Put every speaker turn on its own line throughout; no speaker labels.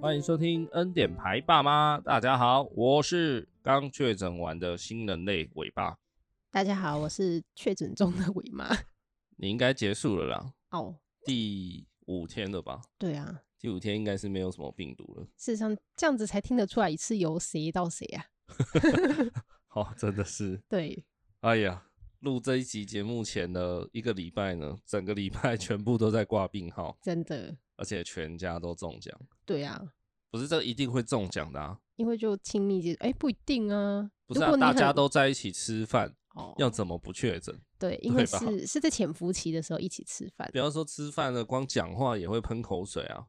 欢迎收听恩典牌爸妈，大家好，我是刚确诊完的新人类尾巴，
大家好，我是确诊中的伟妈。
你应该结束了啦，
哦，
第五天了吧？
对啊，
第五天应该是没有什么病毒了。
事实上这样子才听得出来一次由谁到谁啊。
好、哦真的是，
对，
哎呀，录这一集节目前的一个礼拜呢，整个礼拜全部都在挂病号，
真的，
而且全家都中奖，
对啊，
不是这一定会中奖的啊，
因为就亲密接触，哎、不一定啊。
不是、
如
啊、
果你
大
很
家都在一起吃饭，
哦，
要怎么不确诊？
对，因为
对吧
是是在潜伏期的时候一起吃饭
不。要说吃饭了，光讲话也会喷口水啊。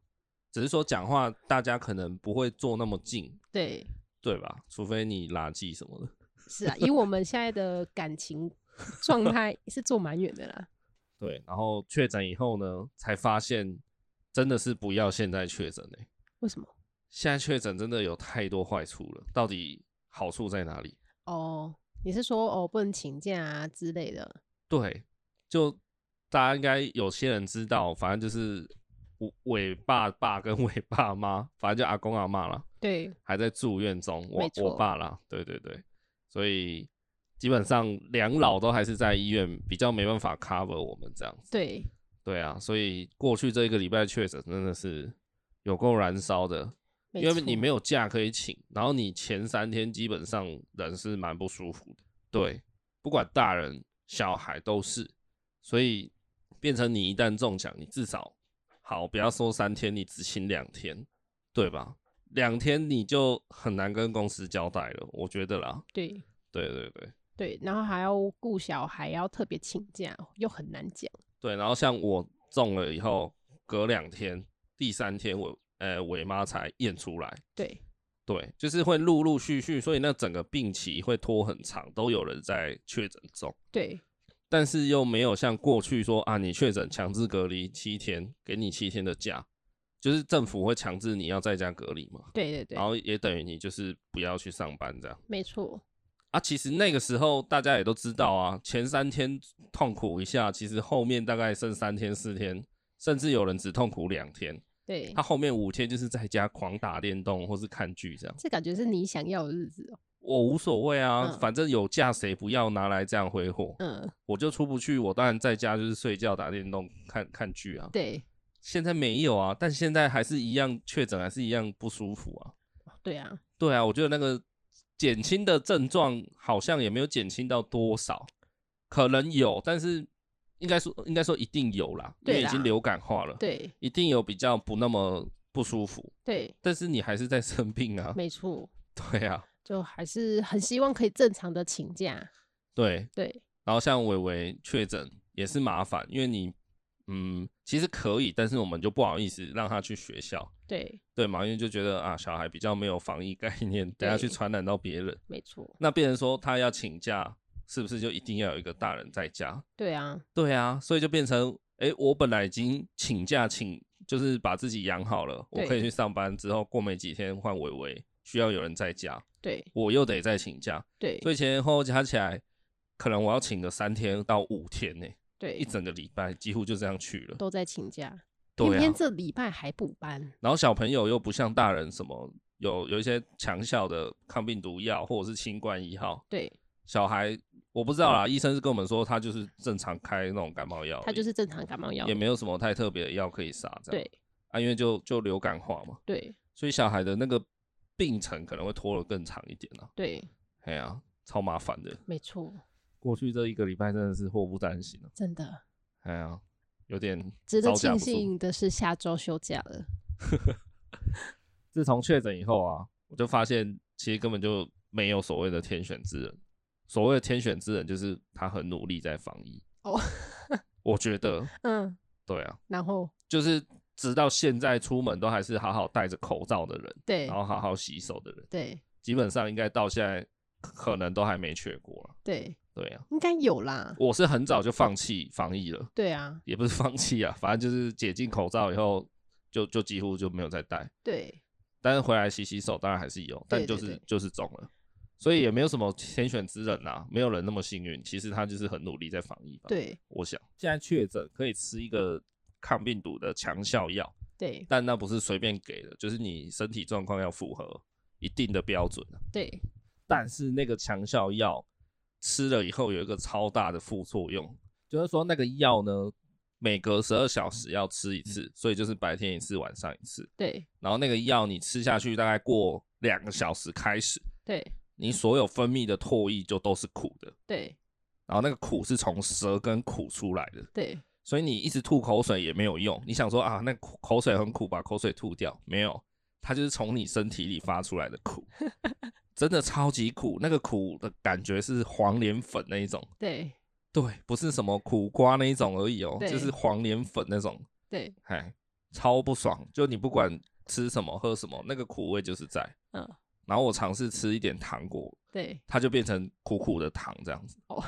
只是说讲话，大家可能不会坐那么近，
对，
对吧？除非你垃圾什么的。
是啊，以我们现在的感情 状态是坐蛮远的啦。
对，然后确诊以后呢，才发现真的是不要现在确诊诶、
为什么？
现在确诊真的有太多坏处了，到底好处在哪里？
哦，你是说哦不能请假啊之类的？
对，就大家应该有些人知道，反正就是我尾爸爸跟尾爸妈，反正就阿公阿妈啦，
对，
还在住院中，我
没错
我爸啦，对对对，所以基本上两老都还是在医院，比较没办法 cover 我们这样子。
对，
对啊，所以过去这一个礼拜确诊真的是有够燃烧的，
没
因为你
错
没有假可以请，然后你前三天基本上人是蛮不舒服的，对，不管大人小孩都是，所以变成你一旦中奖，你至少好不要说三天，你只请两天，对吧？两天你就很难跟公司交代了，我觉得啦，
对
对对对
对，然后还要顾小孩，要特别请假，又很难讲。
对，然后像我中了以后，隔两天，第三天我呃尾妈才验出来，
对，
对，就是会陆陆续续，所以那整个病期会拖很长，都有人在确诊中，
对，
但是又没有像过去说啊，你确诊强制隔离七天，给你七天的假，就是政府会强制你要在家隔离嘛，
对对对
然，后也等于你就是不要去上班这样
没错，
啊。其实那个时候大家也都知道啊，前三天痛苦一下，其实后面大概剩三天四天，甚至有人只痛苦两天，
对
他，后面五天就是在家狂打电动或是看剧这样。
这感觉是你想要的日子哦。
我无所谓啊，
嗯
反正有假谁不要拿来这样挥霍，
嗯，
我就出不去，我当然在家就是睡觉、打电动、看看剧啊。
对，
现在没有啊，但现在还是一样确诊，还是一样不舒服啊。
对啊，
对啊，我觉得那个减轻的症状好像也没有减轻到多少，可能有，但是应该说应该说一定有啦，因为
对
已
啦
经流感化了，
对
一定有比较不那么不舒服，
对，
但是你还是在生病啊。
没错，
对啊，
就还是很希望可以正常的请假。
对，
对
然后像伟伟确诊也是麻烦，因为你，嗯，其实可以，但是我们就不好意思让他去学校，
对，
对嘛？因为就觉得啊，小孩比较没有防疫概念，等下去传染到别人，
没错，
那变成说他要请假，是不是就一定要有一个大人在家？
对啊，
对啊，所以就变成，诶，我本来已经请假请，就是把自己养好了，我
对
可以去上班，之后过没几天换伟伟需要有人在家，
对
我又得再请假，
对
所以前前后后加起来，可能我要请个三天到五天呢、一
对，
整个礼拜几乎就这样去了。
都在请假，偏
对
偏
啊，
这礼拜还补班。
然后小朋友又不像大人什么有有一些强效的抗病毒药或者是新冠一号，
对
小孩我不知道啦，医生是跟我们说他就是正常开那种感冒药而已，
他就是正常感冒药
也。没有什么太特别的药可以杀，这样
对
啊，因为就就流感化嘛，
对
所以小孩的那个病程可能会拖得更长一点啊，
对，
哎呀、超麻烦的。
没错，
过去这一个礼拜真的是祸不单行啊，
真的。
哎呀，有点
值得
招架
庆
不住
幸的是，下周休假了。
自从确诊以后啊，我就发现其实根本就没有所谓的天选之人。所谓的天选之人，就是他很努力在防疫。
哦，
我觉得，
嗯，
对啊，
然后
就是直到现在出门都还是好好戴着口罩的人，
对
然后好好洗手的人，
对
基本上应该到现在可能都还没缺过了。
对，
对啊，
应该有啦。
我是很早就放弃防疫了，
对啊，
也不是 放弃啊，反正就是解禁口罩以后，就就几乎就没有再戴。
对
但是回来洗洗手当然还是有，但
对对
就是
对
就是中了，所以也没有什么天选之人啊，没有人那么幸运。其实他就是很努力在防疫吧。，
对
我想现在确诊可以吃一个抗病毒的强效药，
对
但那不是随便给的，就是你身体状况要符合一定的标准啊。
对，
但是那个强效药吃了以后有一个超大的副作用，就是说那个药呢，每隔十二小时要吃一次，所以就是白天一次，晚上一次。
对，
然后那个药你吃下去，大概过两个小时开始，
对，
你所有分泌的唾液就都是苦的，
对，
然后那个苦是从舌根苦出来的，
对，
所以你一直吐口水也没有用。你想说啊，那苦口水很苦，把口水吐掉，没有，它就是从你身体里发出来的苦，真的超级苦，那个苦的感觉是黄连粉那一种，
对，
对，不是什么苦瓜那一种而已哦，
对
就是黄连粉那种，
对，
哎，超不爽。就你不管吃什么喝什么，那个苦味就是在。
嗯，
然后我尝试吃一点糖果，
对，
它就变成苦苦的糖这样子。
哦，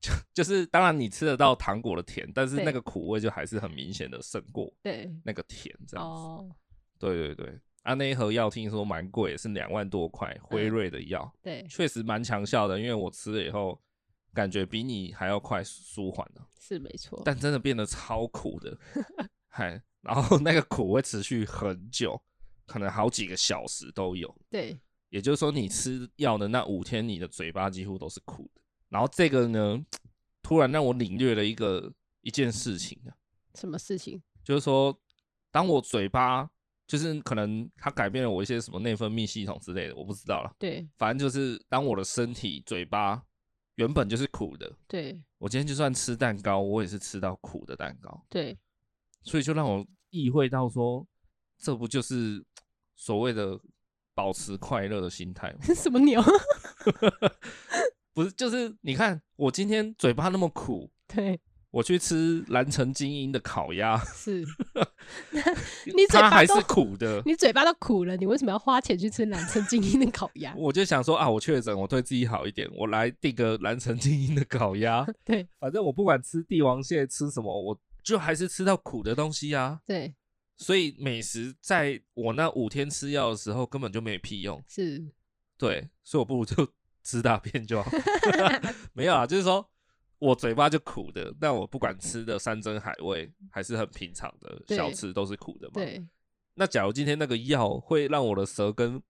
就就是当然你吃得到糖果的甜，但是
对
那个苦味就还是很明显的胜过
对，
那个甜这样子。
哦，
对对对，啊那一盒药听说蛮贵，是两万多块，
嗯
辉瑞的药
对，
确实蛮强效的，因为我吃了以后感觉比你还要快舒缓了，
是没错，
但真的变得超苦的，嗨，然后那个苦会持续很久，可能好几个小时都有。
对，
也就是说，你吃药的那五天，你的嘴巴几乎都是苦的。然后这个呢，突然让我领略了一个一件事情啊，
什么事情？
就是说，当我嘴巴就是可能它改变了我一些什么内分泌系统之类的，我不知道了。
对，
反正就是当我的身体嘴巴原本就是苦的，
对，
我今天就算吃蛋糕，我也是吃到苦的蛋糕，
对，
所以就让我意会到说，这不就是所谓的保持快乐的心态吗？
什么牛？
不是，就是你看我今天嘴巴那么苦，
对，
我去吃蓝城精英的烤鸭，
是，你嘴
它
巴
还是
都
苦的。
你嘴巴都苦了，你为什么要花钱去吃南城精英的烤鸭？
我就想说啊，我确诊，我对自己好一点，我来订个蓝城精英的烤鸭。
对，
反正我不管吃帝王蟹吃什么，我就还是吃到苦的东西啊。
对，
所以美食在我那五天吃药的时候根本就没屁用。
是，
对，所以我不如就 吃大便 就好。没有啊，就是说我嘴巴就苦的，但我不管吃的山珍海味还是很平常的
对
小吃都是苦的嘛。
对，
那假如今天那个药会让我的舌根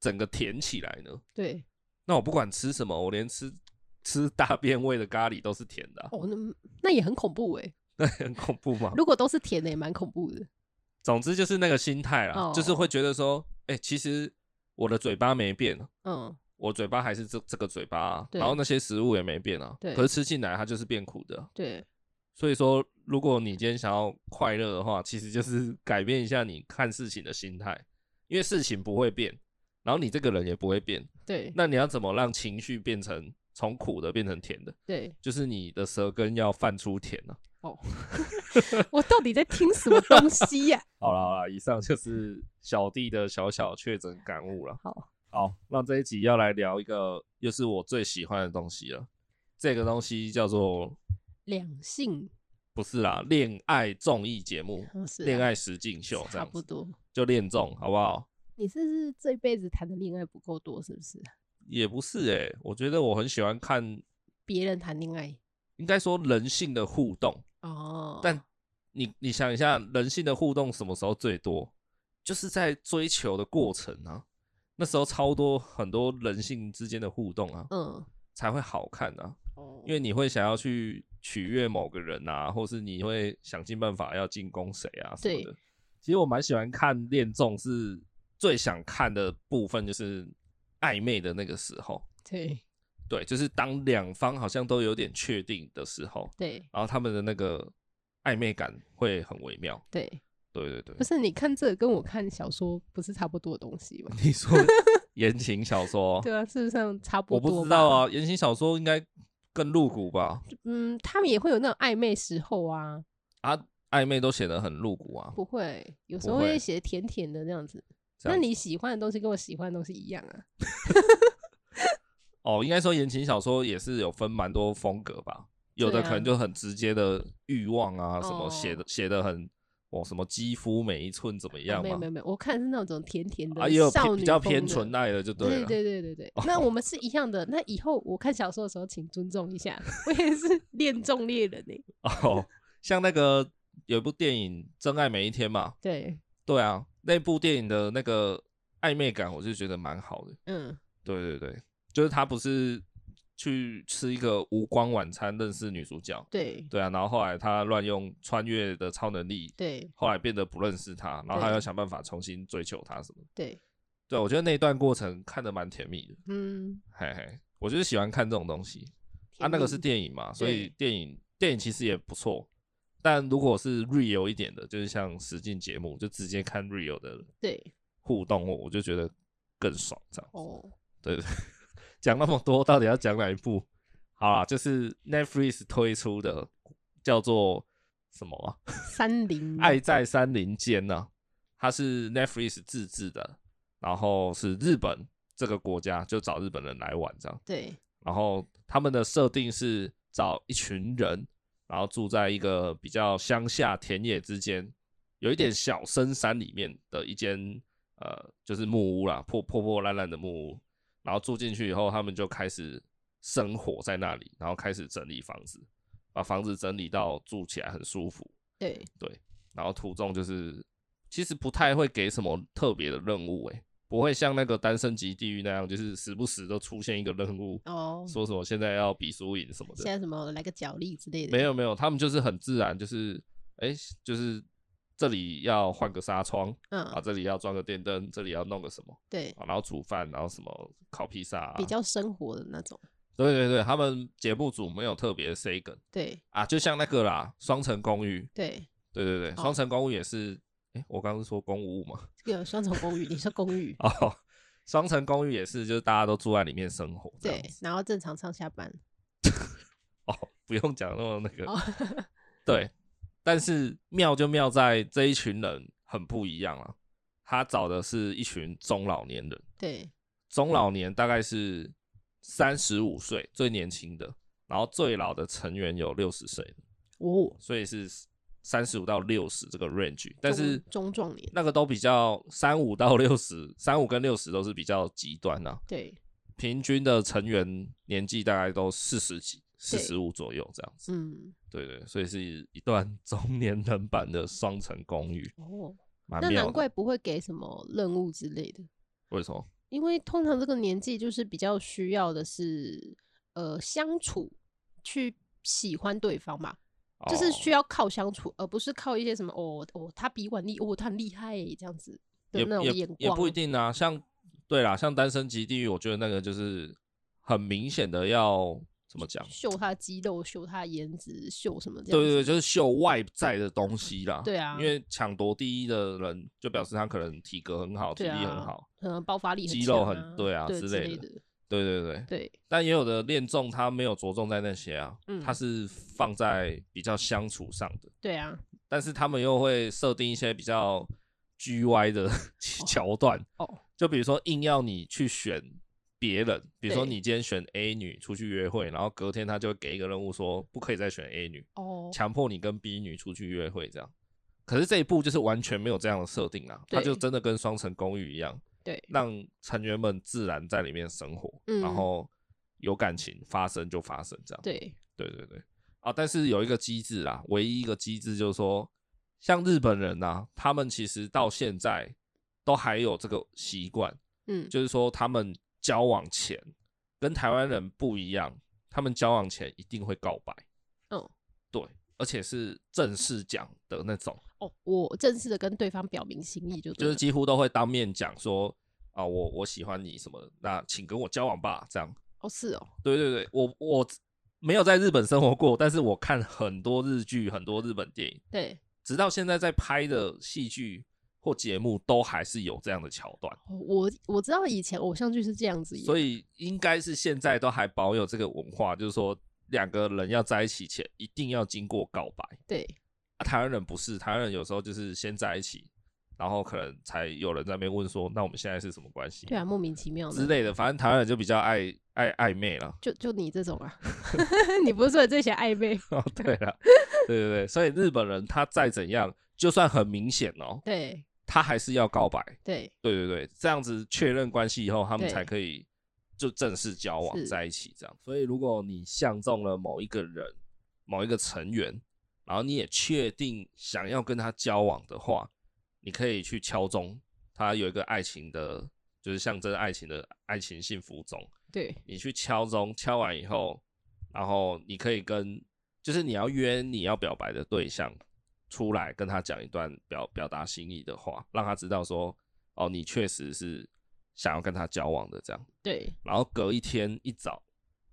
整个甜起来呢？
对，
那我不管吃什么，我连吃吃大便味的咖喱都是甜的啊、
哦，那那也很恐怖哎、
那 很恐怖吗？
如果都是甜的，也蛮恐怖的。
总之就是那个心态啦，
哦
就是会觉得说，哎、其实我的嘴巴没变，
嗯，
我嘴巴还是这这个嘴巴、啊，
对
然后那些食物也没变啊，
对
可是吃进来它就是变苦的啊、
对，
所以说，如果你今天想要快乐的话，其实就是改变一下你看事情的心态，因为事情不会变，然后你这个人也不会变。
对，
那你要怎么让情绪变成从苦的变成甜的？
对，
就是你的舌根要泛出甜啊。
哦， 我到底在听什么东西呀、
好啦好啦，以上就是小弟的小小确诊感悟了。
好，
好，那这一集要来聊一个又是我最喜欢的东西了。这个东西叫做
两性
不是啦，恋爱综艺节目，
好像是啊
恋爱实境秀这
差
样
不
子，
多。
就恋综好不好？
你是不是这辈子谈的恋爱不够多，是不是？
也不是诶、我觉得我很喜欢看，
别人谈恋爱
应该说人性的互动。
哦，
但你你想一下，人性的互动什么时候最多？就是在追求的过程啊，那时候超多很多人性之间的互动啊，
嗯，
才会好看啊。
哦，
因为你会想要去取悦某个人啊，或是你会想尽办法要进攻谁啊什么的
对。
其实我蛮喜欢看恋综，是最想看的部分就是暧昧的那个时候。
对
对，就是当两方好像都有点确定的时候，
对
然后他们的那个暧昧感会很微妙。
对，
对对对
不，是你看这个跟我看小说不是差不多的东西吗？
你说言情小说，
对啊，事实上差不
我
多。
不知道，啊，言情小说应该更露骨吧？
嗯，他们也会有那种暧昧时候啊，
啊，暧昧都写得很露骨啊。
不会，有时
不
候会
会
写甜甜的这样子。
这
那
样子
你喜欢的东西跟我喜欢的东西一样啊？
哦，应该说言情小说也是有分蛮多风格吧，有的
对啊
可能就很直接的欲望啊，什么
哦
写的写的很哦，什么肌肤每一寸怎么
啊
样
没有没
嘛，
有没有，我看是那种甜甜的
啊，也有
少
偏
女
比较
风
偏
的
纯爱的就对
对
了。
对对对对，那我们是一样的。那以后我看小 说欸的时候，请尊重一下，我也是恋中猎人呢、
哦，像那个有一部电影《真爱每一天》嘛，
对，
对啊，那部电影的那个暧昧感，我是觉得蛮好的。
嗯，
对对对，就是他不是去吃一个无光晚餐认识女主角，
对，
对啊，然后后来他乱用穿越的超能力，
对，
后来变得不认识她，然后他
对
要想办法重新追求她什么的。
对，
对，我觉得那一段过程看得蛮甜蜜的，
嗯，
嘿嘿，我就是喜欢看这种东西。啊，那个是
甜
电影嘛，所以
对
电影电影其实也不错，但如果是 real 一点的，就是像实境节目，就直接看 real 的
蜜对，
互动，我我就觉得更爽。这样
哦，
讲那么多，到底要讲哪一部？好啦，就是 Netflix 推出的叫做什么啊？
三零
爱在山林间》呢，它是 Netflix 自制的，然后是日本这个国家就找日本人来玩这样。
对
然后他们的设定是找一群人，然后住在一个比较乡下田野之间，有一点小深山里面的一间呃，就是木屋啦，破破破烂烂的木屋。然后住进去以后，他们就开始生活在那里，然后开始整理房子，把房子整理到住起来很舒服。
对
然后途中就是其实不太会给什么特别的任务、欸，不会像那个单身级地狱那样，就是时不时都出现一个任务，
哦，
说什么现在要比输赢什么
现
的，
在什么来个角力之类的，
没有没有，他们就是很自然，就是哎、诶就是这里要换个纱窗啊，
嗯，
这里要装个电灯，这里要弄个什么
对，
啊，然后煮饭，然后什么烤披萨、啊，
比较生活的那种，
对对对，他们节目组没有特别 say 梗
对
啊，就像那个啦，双层公寓，
对，
对对对，
哦
双层公寓也是，哎、我刚刚是说公务嘛，，
这个双重公寓，你说公寓
哦，双层公寓也是，就是大家都住在里面生活，这样
对
子，
然后正常上下班，
哦，不用讲那么那个，
哦，
对，但是妙就妙在这一群人很不一样啊，他找的是一群中老年人，
对嗯
中老年大概是三十五岁最年轻的，然后最老的成员有六十岁的，
哦，
所以是三十五到六十这个 range，但是
中中壮年，
那个都比较三五到六十，三五跟六十都是比较极端的、啊，
对，
平均的成员年纪大概都四十几、四
对
十五左右这样子。
嗯，
对对，所以是一段中年人版的双层公寓，
哦，
蛮
那
妙
难
的
怪。不会给什么任务之类的，
为什么？
因为通常这个年纪就是比较需要的是呃相处，去喜欢对方嘛，就是需
要
要靠相处，而不是靠一些什么哦哦他比我厉哦他很厉害耶这样子的
也
那种眼
也
光，
也不一定啊。像对啦，像《单身级地狱》，我觉得那个就是很明显的要怎么讲？
秀他肌肉，秀他颜值，秀什么这
啊对
样
对
子，
对，就是秀外在的东西啦。
对啊
因为抢夺第一的人，就表示他可能体格很好，体
对
力
啊
很好。
可能爆发力
肌
强
肉
啊
很对啊之
之
类
类
的
的，
对对对，
对
但也有的恋综它没有着重在那些啊，
嗯
它是放在比较相处上的，
对 啊，
但是他们又会设定一些比较 G Y 的桥段，
哦，
就比如说硬要你去选别人，比如说
对
你今天选 A 女出去约会，然后隔天他就会给一个任务说不可以再选 A 女，
哦，
强迫你跟 B 女出去约会这样。可是这一部就是完全没有这样的设定啊，它
对
就真的跟双层公寓一样，
对，
让成员们自然在里面生活，
嗯
然后有感情发生就发生这样。
对
对对对啊！但是有一个机制啦，唯一一个机制就是说，像日本人呐、他们其实到现在都还有这个习惯，
嗯，
就是说他们交往前跟台湾人不一样，他们交往前一定会告白，
嗯，
对，而且是正式讲的那种，
哦，我正式的跟对方表明心意就对
就是
了
几乎都会当面讲说啊，我我喜欢你什么的，那请跟我交往吧，这样。
哦是哦，
对对对，我我没有在日本生活过，但是我看很多日剧、很多日本电影，
对，
直到现在在拍的戏剧或节目都还是有这样的桥段，
哦我我知道以前偶像剧是啊这样子演，
所
以
以应该是现在都还保有这个文化，就是说两个人要在一起前一定要经过告白。
对
啊、台湾人不是，台湾人有时候就是先在一起，然后可能才有人在那边问说，那我们现在是什么关系？
对啊，莫名其妙
之
的，
类的，反正台湾人就比较爱爱暧昧了。
就就你这种啊， 你不是说你最喜欢暧昧？
哦，对了，对对对，所以日本人他再怎样，就算很明显哦，
对
他还是要告白。
对
对对对，这样子确认关系以后，他们
对
才可以就正式交往
是
在一起这样。所以如果你相中了某一个人、某一个成员，然后你也确定想要跟他交往的话，你可以去敲钟，它有一个爱情的，就是象征爱情的爱情幸福钟。
对，
你去敲钟，敲完以后，然后你可以跟，就是你要约你要表白的对象出来，跟他讲一段表表达心意的话，让他知道说，哦，你确实是想要跟他交往的这样。
对，
然后隔一天一早，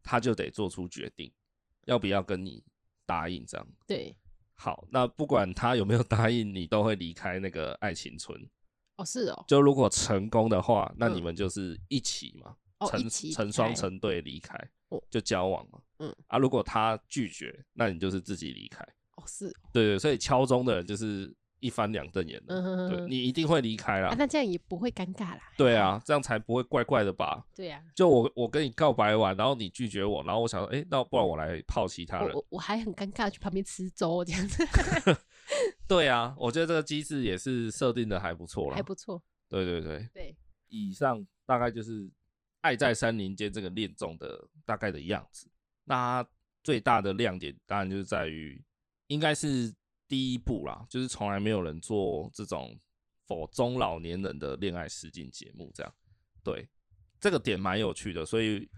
他就得做出决定，要不要跟你答应这样。
对，
好，那不管他有没有答应，你都会离开那个爱情村。
哦，是哦，
就如果成功的话，那
嗯
你们就是一起嘛，
哦，一
成
起
成
离
双
开，
成对离开
哦，
就交往嘛。
嗯
啊，如果他拒绝，那你就是自己离开。
哦，是哦，
对对，所以敲钟的人就是一翻两瞪眼
嗯
的，
哼哼
对
哼，
你一定会离开
啊，
啦。
那这样也不会尴尬啦。
对啊，这样才不会怪怪的吧？
对啊呀，
就我我跟你告白完，然后你拒绝我，然后我想说，哎、那不然我来泡其他
我
人。
我我还很尴尬去旁边吃粥这样子，
对啊，我觉得这个机制也是设定的还不错啦。
还不错。
对对对，
对，
以上大概就是《爱在山林间》这个恋综的大概的样子。那它最大的亮点当然就是在于，应该是第一部啦，就是从来没有人做这种否中老年人的恋爱实境节目这样。对，这个点蛮有趣的，所以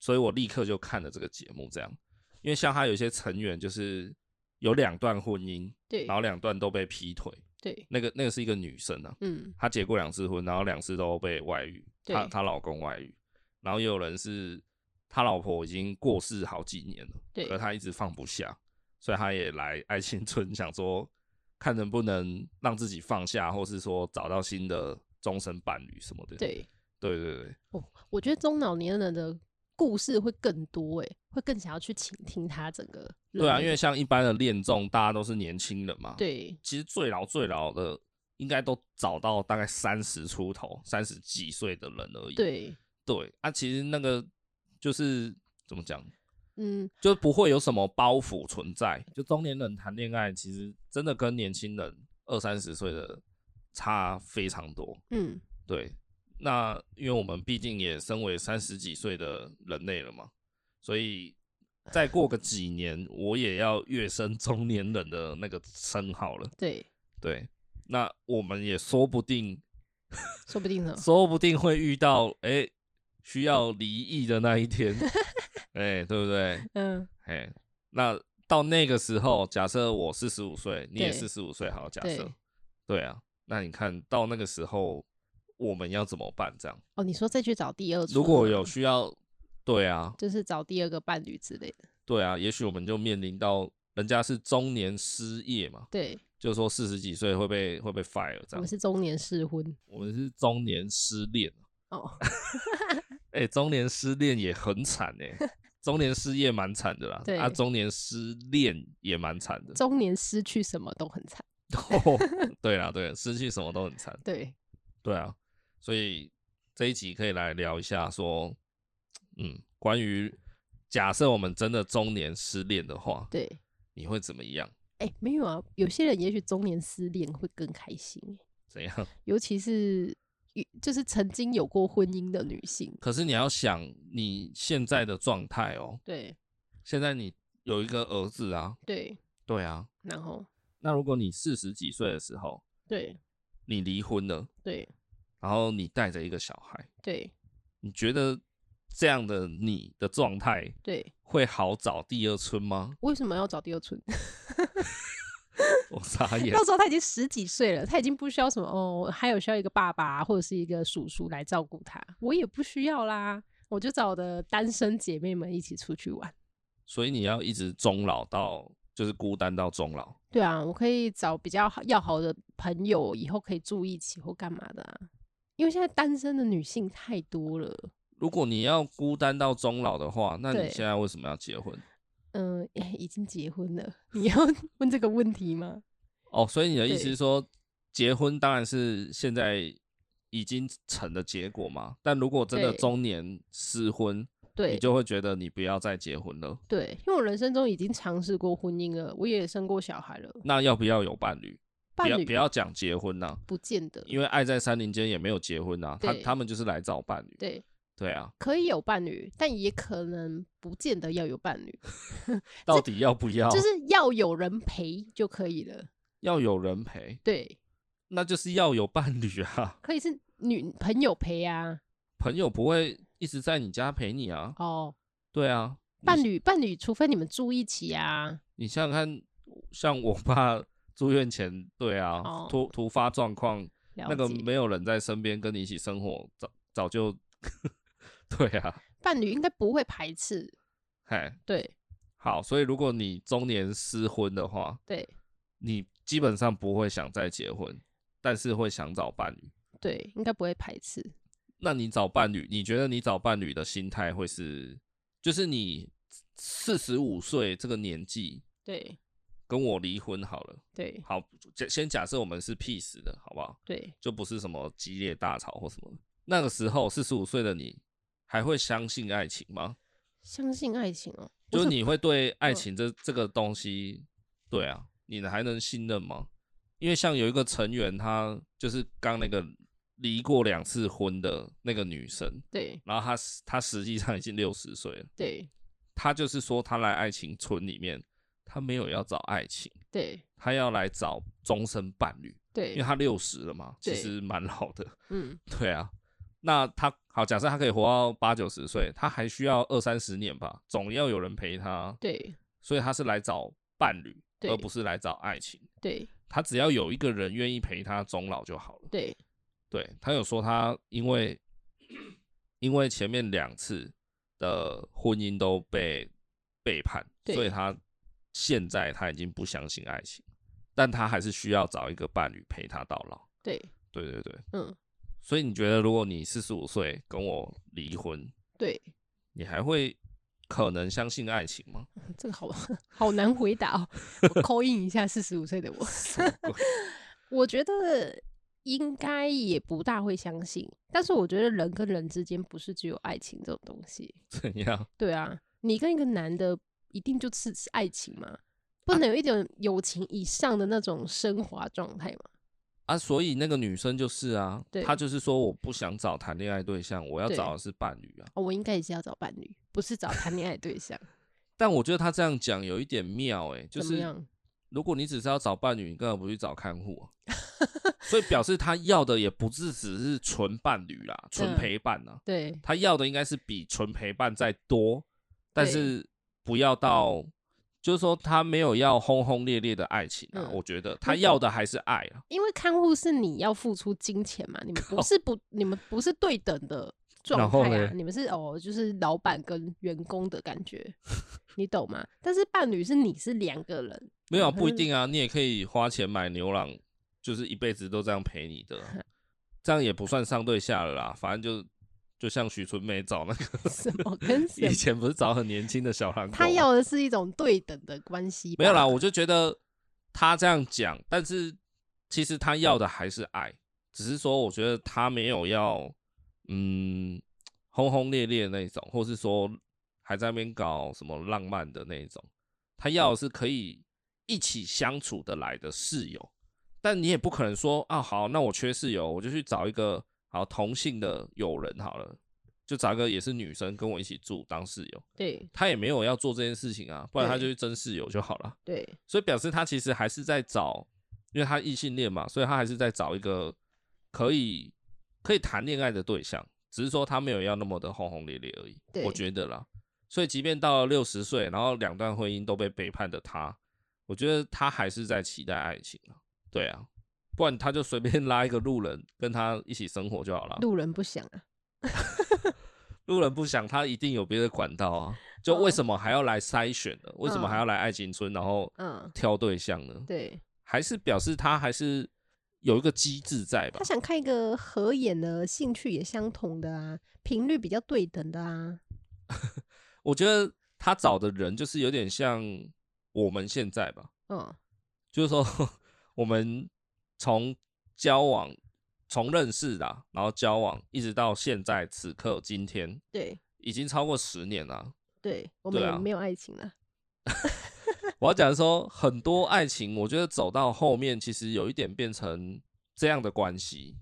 所以我立刻就看了这个节目这样，因为像他有些成员就是有两段婚姻，
对
然，后两段都被劈腿，
对，
那个那个是一个女生啊，
嗯，
她结过两次婚，然后两次都被外遇，
对
她她老公外遇，然后也有人是她老婆已经过世好几年了，
对
可她一直放不下，所以她也来爱心村 想说，看能不能让自己放下，或是说找到新的终身伴侣什么的。
对。
对对对，
哦，我觉得中老年人的故事会更多，哎，会更想要去倾听他整个人物。
对啊，因为像一般的恋综，大家都是年轻人嘛，，
对
其实最老最老的应该都找到大概三十出头、三十几岁的人而已。
对，
对啊，其实那个就是怎么讲，
嗯，
就不会有什么包袱存在。就中年人谈恋爱，其实真的跟年轻人二三十岁的差非常多。
嗯，
对，那因为我们毕竟也身为三十几岁的人类了嘛，所以再过个几年，我也要跃升中年人的那个称号了。
对，
对，那我们也说不定
说不 定呢。
说不定会遇到哎、诶需要离异的那一天， 哎、对不对？
嗯，
哎、那到那个时候，假设我四十五岁，你也
对
四十五岁，好，假设
对，
对啊，那你看到那个时候，我们要怎么办？这样，
哦，你说再去找第二处吗，
如果有需要，对啊，
就是找第二个伴侣之类的，
对啊，也许我们就面临到人家是中年失业嘛，
对，
就是说四十几岁会被会被 fire 这
我
样
们，是中年适婚
我们是中年失恋。
哦，
哎、中年失恋也很惨 哎、中年失业蛮惨的啦，
对
啊，中年失恋也蛮惨的。 哦
中年失去什么都很惨，
对啦，对，失去什么都很惨。
对，
对啊，所以这一集可以来聊一下说，嗯，关于假设我们真的中年失恋的话，
对，
你会怎么样？
哎、没有啊，有些人也许中年失恋会更开心欸，
怎样？
尤其是与就是曾经有过婚姻的女性，
可是你要想你现在的状态哦，
对
现在你有一个儿子啊，
对，
对啊，
然后
那如果你四十几岁的时候
对
你离婚了。
对
然后你带着一个小孩，
对
你觉得这样的你的状态
对，
会好找第二春吗？
为什么要找第二春？
我傻眼
到时候他已经十几岁了，他已经不需要什么哦，还有需要一个爸爸或者是一个叔叔来照顾他，我也不需要啦，我就找我的单身姐妹们一起出去玩。
所以你要一直终老到就是孤单到终老。
对啊，我可以找比较好要好的朋友，以后可以住一起或干嘛的啊。因为现在单身的女性太多了，
如果你要孤单到终老的话，那你
对
现在为什么要结婚？
嗯、 已经结婚了，你要问这个问题吗？
哦，所以你的意思
对
是说，结婚当然是现在已经成的结果嘛。但如果真的
对
中年失婚，你
对
就会觉得你不要再结婚了。
对，因为我人生中已经尝试过婚姻了，我也生过小孩了，
那要不要有伴侣？
伴
不
侣
要不要讲结婚呐、
不见得，
因为爱在山林间也没有结婚啊，他
对
他们就是来找伴侣。
对
对啊，
可以有伴侣，但也可能不见得要有伴侣，
到底要不要？
就是要有人陪就可以了。
要有人陪，
对，
那就是要有伴侣啊。
可以是女朋友陪啊。
朋友不会一直在你家陪你啊。
哦，
对啊，
伴侣伴侣，除非你们住一起啊。
你想想看，像我爸 住院前，对啊，
哦
突突发状况，
了
那个
解
没有人在身边跟你一起生活，早早就， 对啊，
伴侣应该不会排斥。
嗨，
对
好，所以如果你中年失婚的话，
对
你基本上不会想再结婚，但是会想找伴侣。
对，应该不会排斥。
那你找伴侣，你觉得你找伴侣的心态会是，就是你四十五岁这个年纪
对
跟我离婚好了，
对
好，假先假设我们是 peace 的，好不好？
对，
就不是什么激烈大吵或什么的。那个时候四十五岁的你还会相信爱情吗？
相信爱情哦、
就
我
是
是
你会对爱情这、这个东西，对啊，你还能信任吗？因为像有一个成员，她就是刚那个离过两次婚的那个女生，
对
然后她她实际上已经六十岁了，
对
她就是说她来爱情村里面，她没有要找爱情，
对
她要来找终身伴侣，因为
对，
她六十了嘛，其
对
实蛮老的。
嗯，
对啊，那他好，假设他可以活到八九十岁，他还需要二三十年吧，总要有人陪他，
对
所以他是来找伴侣，
对
而不是来找爱情。
对
他只要有一个人愿意陪他终老就好了。
对
对他有说他因为因为前面两次的婚姻都被背叛，
对
所以他现在他已经不相信爱情，但他还是需要找一个伴侣陪他到老。
对，
对对对，
嗯，
所以你觉得，如果你四十五岁跟我离婚，
对，
你还会可能相信爱情 吗？
这个好好难回答哦。我扣印一下四十五岁的我， 我觉得应该也不大会相信。但是我觉得人跟人之间不是只有爱情这种东西。
怎样？
对啊，你跟一个男的一定就是是爱情嘛，
啊
不能有一点友情以上的那种升华状态嘛。
啊，所以那个女生就是啊
对，
她就是说我不想找谈恋爱对象，我要
对
找的是伴侣啊。
哦，我应该也是要找伴侣，不是找谈恋爱对象。
但我觉得她这样讲有一点妙诶、就
怎么
是
样？
如果你只是要找伴侣，你根本不去找看 护、啊，所以表示她要的也不是只是纯伴侣啦，纯
嗯
陪伴啊，
对
她要的应该是比纯陪伴再多，但
对
是不要到，就是说她没有要轰轰烈烈的爱情啊，
嗯
我觉得她
那
要的还是爱啊。
因为看护是你要付出金钱嘛，你们不是不，你们不是对等的状
然后
态
嘞
啊，你们是哦，就是老板跟员工的感觉， 你懂吗？但是伴侣是你是两个人，
没有啊
嗯
不一定 啊，你也可以花钱买牛郎，就是一辈子都这样陪你的 啊，这样也不算上对下了啦，反正就。就像许纯美找那个
什 么跟什
以
么，
前不是找很年轻的小狼狗吗，
他要的是一种对等的关系吧。
没有啦，我就觉得他这样讲，但是其实他要的还是爱，只是说我觉得他没有要嗯轰轰烈烈的那种，或是说还在那边搞什么浪漫的那种，他要的是可以一起相处的来的室友。但你也不可能说啊，好，那我缺室友，我就去找一个好同性的友人好了，就找一个也是女生跟我一起住当室友。
对
他也没有要做这件事情啊，不然他
对
就去争室友就好了。
对
所以表示他其实还是在找，因为他异性恋嘛，所以他还是在找一个可以可以谈恋爱的对象，只是说他没有要那么的轰轰烈烈而已。
对
我觉得啦，所以即便到了六十岁，然后两段婚姻都被背叛的他，我觉得他还是在期待爱情啊。对啊，不然他就随便拉一个路人跟他一起生活就好了。
路人不想啊，
路人不想，他一定有别的管道啊。就
嗯
为什么还要来筛选呢？为什么还要来爱情村，然后
嗯，
挑对象呢？
对
还是表示他还是有一个机制在吧
他？想看一个合眼的，兴趣也相同的啊，频率比较对等的啊，
我觉得他找的人就是有点像我们现在吧，
嗯，
就是说我们从交往、从认识的啊、然后交往一直到现在此刻今天，
对
已经超过十年了啊。
对，我
对
们也
啊
没有爱情了，
我要讲的说，很多爱情，我觉得走到后面，其实有一点变成这样的关系，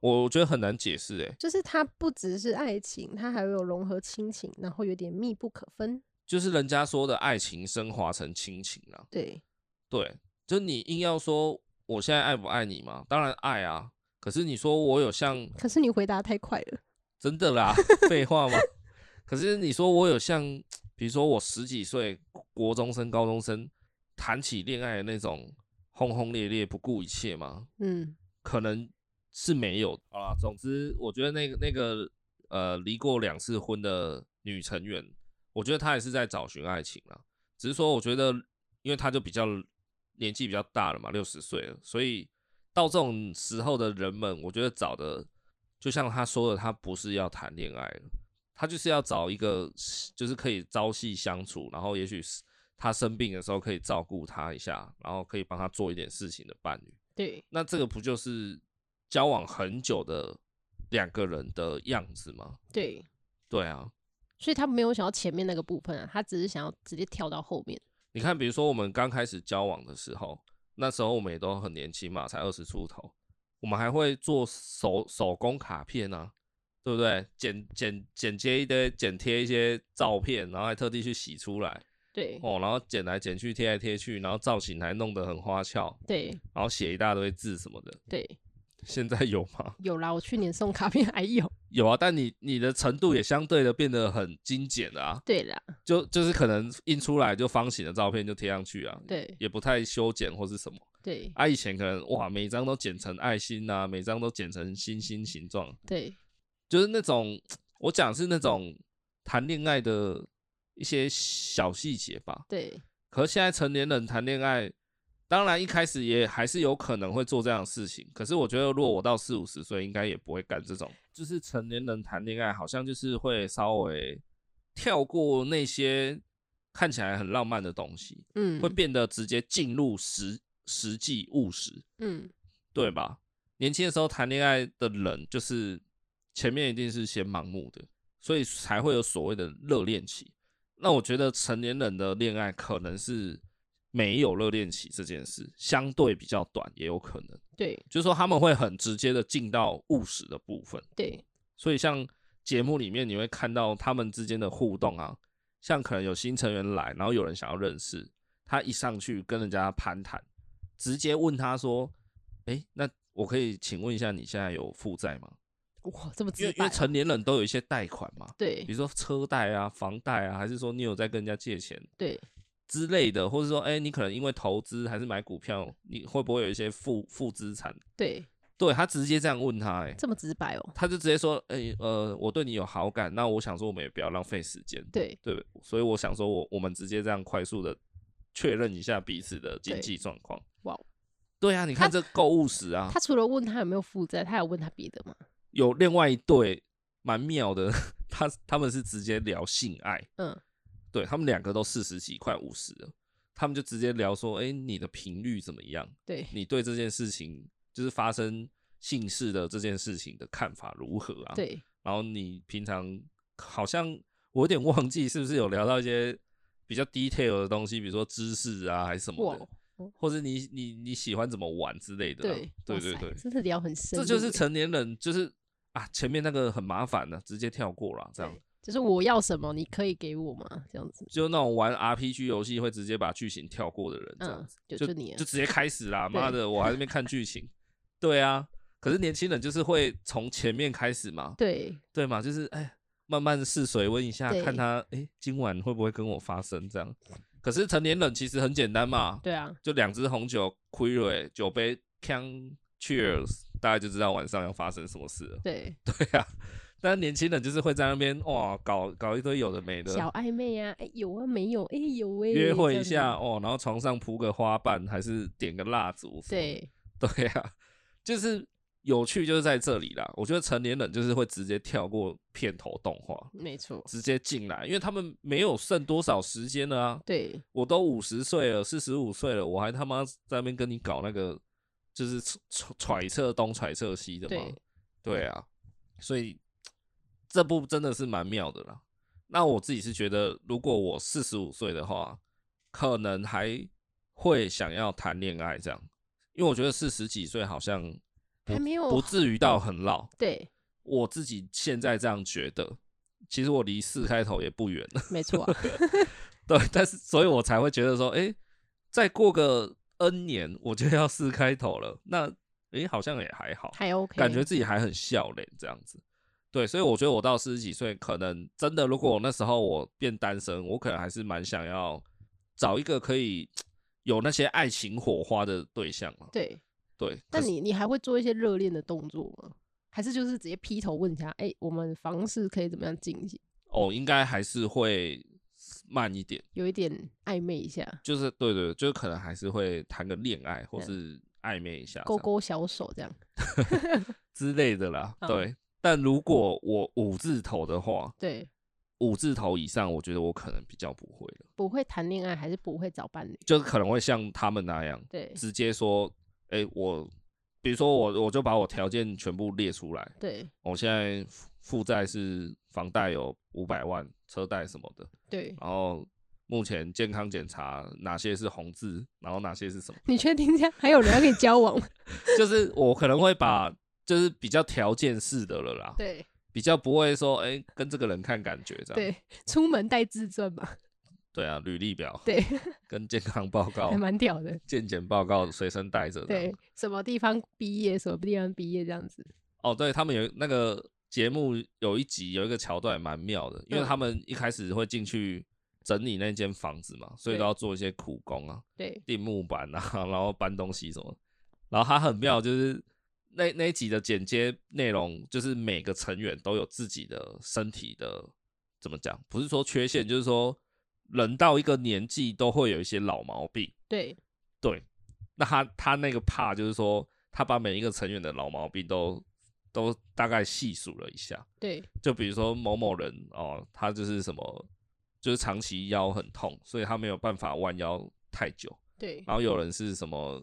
我我觉得很难解释欸诶，
就是它不只是爱情，它还有融合亲情，然后有点密不可分。
就是人家说的爱情升华成亲情啊，
对，
对，就你硬要说我现在爱不爱你嘛？当然爱啊，可是你说我有像
可是你回答太快了，
真的啦，废话吗？可是你说我有像，比如说我十几岁国中生、高中生谈起恋爱的那种轰轰烈烈、不顾一切吗？
嗯，
可能是没有。好啦，总之我觉得那个那个呃离过两次婚的女成员，我觉得她也是在找寻爱情啦。只是说，我觉得因为她就比较年纪比较大了嘛，六十岁了，所以到这种时候的人们，我觉得找的就像她说的，她不是要谈恋爱了。她就是要找一个，就是可以朝夕相处，然后也许是她生病的时候可以照顾她一下，然后可以帮她做一点事情的伴侣。
对，
那这个不就是交往很久的两个人的样子吗？
对，
对啊，
所以他没有想要前面那个部分啊，他只是想要直接跳到后面。
你看，比如说我们刚开始交往的时候，那时候我们也都很年轻嘛，才二十出头，我们还会做手手工卡片啊，对不对？剪剪剪接一堆，剪贴一些照片，然后还特地去洗出来
对，
哦，然后剪来剪去，贴来贴去，然后造型还弄得很花俏，
对，
然后写一大堆字什么的。
对，
现在有吗？
有啦，我去年送卡片 还有。
有啊，但你你的程度也相对的变得很精简了啊，
对啦，
就就是可能印出来就方形的照片就贴上去啊，
对，
也不太修剪或是什么。
对，
啊，以前可能哇，每张都剪成爱心啊，每张都剪成星星形状，
对，
就是那种我讲是那种谈恋爱的一些小细节吧。
对，
可是现在成年人谈恋爱，当然一开始也还是有可能会做这样的事情。可是我觉得，如果我到四五十岁，应该也不会干这种。就是成年人谈恋爱，好像就是会稍微跳过那些看起来很浪漫的东西，
嗯，
会变得直接进入实实际务实，
嗯，
对吧？年轻的时候谈恋爱的人，就是前面一定是先盲目的，所以才会有所谓的热恋期。那我觉得成年人的恋爱可能是没有热恋期这件事，相对比较短，也有可能，
对，
就是说他们会很直接的进到务实的部分。
对，
所以像节目里面你会看到他们之间的互动啊，像可能有新成员来，然后有人想要认识，他一上去跟人家攀谈，直接问他说：“哎、那我可以请问一下，你现在有负债吗？
哇，这么
因
直
为因
白
为。成年人都有一些贷款嘛，
对
比，如说车贷啊、房贷啊，还是说你有在跟人家借钱
对，
之类的，或者说哎、诶你可能因为投资还是买股票，你会不会有一些负负资产？
对，
对他直接这样问他、诶
这么直白哦。
他就直接说，哎、呃，我对你有好感，那我想说我们也不要浪费时间，
对，
对不对？所以我想说我我们直接这样快速的确认一下彼此的经济状况。
哇哦，
对啊，你看这购物史啊，
他除了问他有没有负债，他有问他别的吗？
有另外一对蛮妙的，他他们是直接聊性爱，
嗯，
对他们两个都四十几快五十了，他们就直接聊说，哎、你的频率怎么样？
对，
你对这件事情就是发生性事的这件事情的看法如何啊？。
对，
然后你平常好像我有点忘记是不是有聊到一些比较 detail 的东西，比如说知识啊还是什么
哇
的，
哦，
或者你你你喜欢怎么玩之类的啊、
对，
对
哇
对
塞
对，
真的聊很深入
这
欸，
就是成年人就是啊，前面那个很麻烦的、直接跳过了，这样
对就是我要什么，你可以给我吗？这样子，
就那种玩 RPG 游戏会直接把剧情跳过的人，这样
嗯
子、，
就
就
就你啊，
就直接开始啦，
对
妈的，我还在那边看剧 情，对啊，可是年轻人就是会从前面开始嘛，
对
对嘛，就是哎，慢慢试水温一下，
对
看他哎今晚会不会跟我发生这样。可是成年人其实很简单嘛，
对啊，
就两支红酒 q u e e r 酒杯 can cheers，大家就知道晚上要发生什么事了。
对，
对啊，但是年轻人就是会在那边哇搞搞一堆有的没
小
的，
暧昧呀，哎有啊没有，哎有哎，
约会一
这
下
样
哦，然后床上铺个花瓣，还是点个蜡烛
子，
什么的。
对
对啊，就是有趣就是在这里啦。我觉得成年人就是会直接跳过片头动画。
没错，
直接进来，因为他们没有剩多少时间了啊！
对
我都五十岁了，四十五岁了，我还他妈在那边跟你搞那个，就是揣揣揣测东揣测西的嘛。
对
对啊，所以这部真的是蛮妙的啦。那我自己是觉得，如果我四十五岁的话，可能还会想要谈恋爱这样，因为我觉得四十几岁好像
还没有
不至于到很老。
对，
我自己现在这样觉得，其实我离四开头也不远了。
没错啊、
对，但是所以我才会觉得说，哎、再过个 N 年我就要四开头了，那哎、诶好像也还好，
还 OK，
感觉自己还很笑脸这样子。对，所以我觉得我到四十几岁，可能真的，如果我那时候我变单身，我可能还是蛮想要找一个可以有那些爱情火花的对象了。
对。
对，
但
可是
你你还会做一些热恋的动作吗？还是就是直接劈头问一下，哎、我们房事可以怎么样进行？
哦，应该还是会慢一点，
有一点暧昧一下，
就是对对，就是可能还是会谈个恋爱或是暧昧一下这
勾
样
勾小手这样。
之类的啦。
嗯
对，但如果我五字头的话，
对，
五字头以上，我觉得我可能比较不会了，
不会谈恋爱还是不会找伴侣？
就是可能会像他们那样，
对
直接说，哎、我，比如说我，我就把我条件全部列出来，
对
我现在负负债是房贷有五百万，车贷什么的，
对，
然后目前健康检查哪些是红字，然后哪些是什么，
你确定这样还有人要跟你交往吗？
就是我可能会把就是比较条件式的了啦，
对
比较不会说，哎、跟这个人看感觉这样，
对，出门带自传嘛，
对啊，履历表
对，
跟健康报告
还、蛮屌的。
健检报告随身带着。
对，，什么地方毕业，什么地方毕业这样子。
哦，对他们有那个节目有一集有一个桥段也蛮妙的，因为
嗯
他们一开始会进去整理那间房子嘛，所以
对
都要做一些苦工啊，
对
钉木板啊， 然后搬东西什么的。然后他很
嗯
妙，就是那那一集的剪接内容，就是每个成员都有自己的身体的怎么讲，不是说缺陷，
嗯
就是说人到一个年纪都会有一些老毛病。
对，
对，那他他那个怕就是说，他把每一个成员的老毛病都都大概细数了一下，
对，
就比如说某某人哦，他就是什么，就是长期腰很痛，所以他没有办法弯腰太久，
对，
然后有人是什么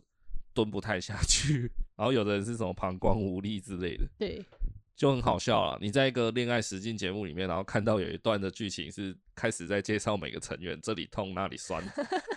蹲不太下去，然后有的人是什么膀胱无力之类的。
对，
就很好笑了。你在一个恋爱实境节目里面，然后看到有一段的剧情是开始在介绍每个成员这里痛那里酸，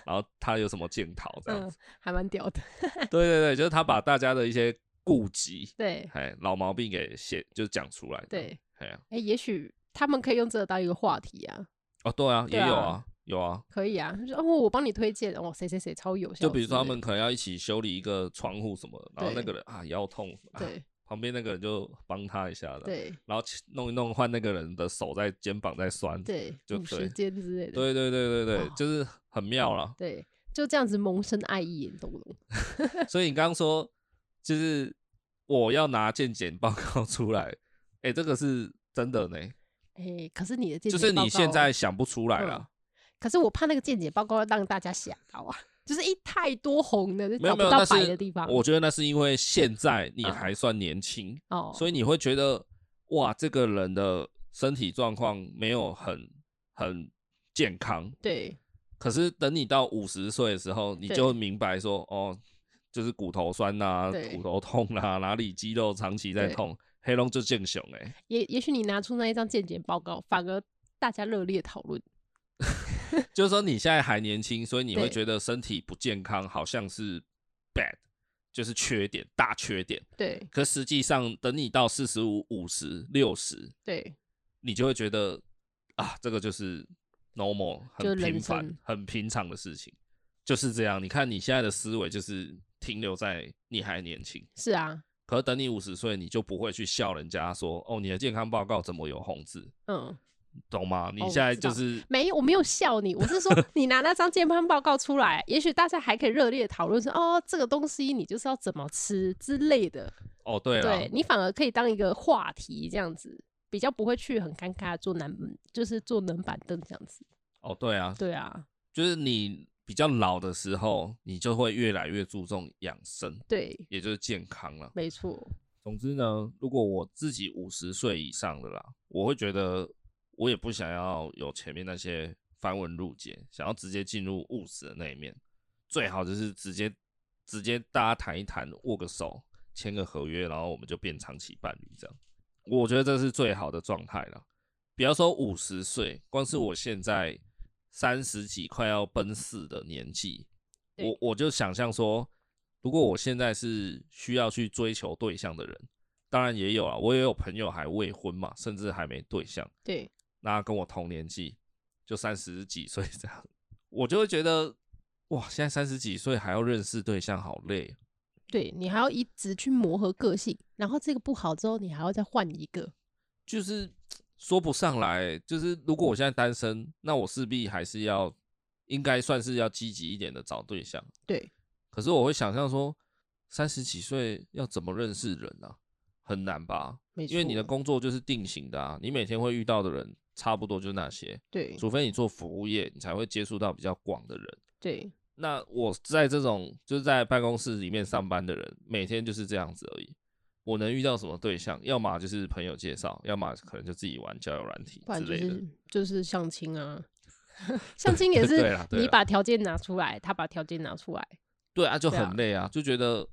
然后他有什么检讨这样
嗯
子。，
还蛮屌 的。
对对对，就是他把大家的一些顾忌，
对
哎，老毛病给写，就是讲出来。，
对，
哎呀，
哎、也许他们可以用这个当一个话题啊，
哦，对啊，也
对啊
有啊，有啊。
可以啊。就哦，我帮你推荐哦，谁谁谁超有效之类的。
就比如说他们可能要一起修理一个窗户什么的，然后那
对
个人啊腰痛，啊
对
旁边那个人就帮他一下的，
对
然后弄一弄，换那个人的手在肩膀在酸，对
对，
就
五
对
十间之类的。
对对对对
哦
就是很妙啦。
对，就这样子萌生爱意，你懂不懂？
所以你刚刚说，就是我要拿健检报告 出来，哎、这个是真的呢，
哎、可是你的健
就是
检报
你现
告哦
在想不出来
嗯
啦，
可是我怕那个健检报告让大家吓到啊， 就是一太多红的，就
没有
找
没
不
有，
到
那
白的
是
地方。
我觉得那是因为现在你
嗯
还算年轻，
哦，
所以你会觉得哇，这个人的身体状况没有很很健康。
对
可是等你到五十岁的时候，你
对
就会明白说，哦，就是骨头酸呐、
对
骨头痛啦、哪里肌肉长期在
对
痛，黑龙就健雄哎、
也也许你拿出那一张健检报告，反而大家热烈讨论。
就是说你现在还年轻，所以你会
对
觉得身体不健康好像是 bad，就是缺点，大缺点。
对
可实际上，等你到四十五、五十、六十，
对
你就会觉得啊，这个就是 normal，
就
很
人
平凡
生、
很平常的事情，就是这样。你看你现在的思维就是停留在你还年轻，
是啊，
可是等你五十岁，你就不会去笑人家说哦，你的健康报告怎么有红字，
嗯，
懂吗？你
哦
现在
我知
就
道
是、
没有，我没有笑你，我 是说你拿那张健康报告出来，也许大家还可以热烈讨论说，哦，这个东西你就是要怎么吃之类的。
哦，对了，
对你反而可以当一个话题这样子，比较不会去很尴尬地坐南，就是坐冷板凳这样子。
哦，对啊，
对啊，
就是你比较老的时候，你就会越来越注重养生，
对，
也就是健康了。
没错，
总之呢，如果我自己五十岁以上的啦，我会觉得我也不想要有前面那些繁文缛节，想要直接进入务实的那一面，最好就是直接直接大家谈一谈，握个手，签个合约，然后我们就变长期伴侣这样。我觉得这是最好的状态了。不要说五十岁，光是我现在三十几快要奔四的年纪，
对
我我就想象说，如果我现在是需要去追求对象的人，当然也有啊，我也有朋友还未婚嘛，甚至还没对象，
对，
那跟我同年纪，就三十几岁这样，我就会觉得哇，现在三十几岁还要认识对象，好累啊。
对你还要一直去磨合个性，然后这个不好之后，你还要再换一个。
就是说不上来。就是如果我现在单身，那我势必还是要，应该算是要积极一点的找对象。
对，
可是我会想象说，三十几岁要怎么认识人啊？很难吧？
没错，
因为你的工作就是定型的啊，你每天会遇到的人差不多就那些，
对
除非你做服务业，你才会接触到比较广的人。
对
那我在这种就是在办公室里面上班的人，每天就是这样子而已。我能遇到什么对象？要么就是朋友介绍，要么可能就自己玩交友软体
不然
之
就
类的。
是就是相 亲啊，相亲也
对
是
啦对
你
啦
把条件拿出来，他把条件拿出来，
对啊，就
对啊
很累啊，就觉得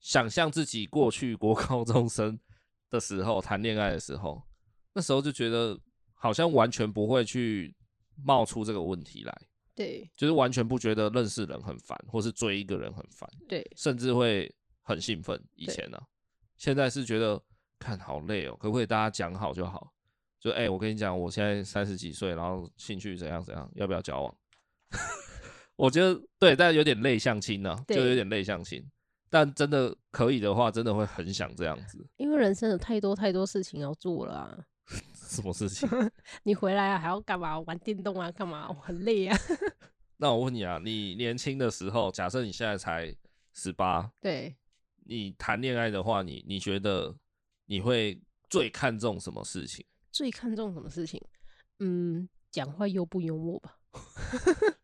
想象自己过去国高中生的时候谈恋爱的时候，那时候就觉得好像完全不会去冒出这个问题来，
对
就是完全不觉得认识人很烦，或是追一个人很烦。
对
甚至会很兴奋。以
对
前呢、啊现在是觉得看好累哦，可不可以大家讲好就好？就哎、我跟你讲，我现在三十几岁，然后兴趣怎样怎样，要不要交往？ 我觉得对，但有点类相亲呢、啊就
对
有点类相亲。但真的可以的话，真的会很想这样子。
因为人生有太多太多事情要做了啊、
什么事情？
你回来啊还要干嘛？玩电动啊，干嘛？我很累啊。
那我问你啊，你年轻的时候，假设你现在才十八，
对，
你谈恋爱的话，你你觉得你会最看重什么事情？
最看重什么事情？嗯，讲话幽不幽默吧，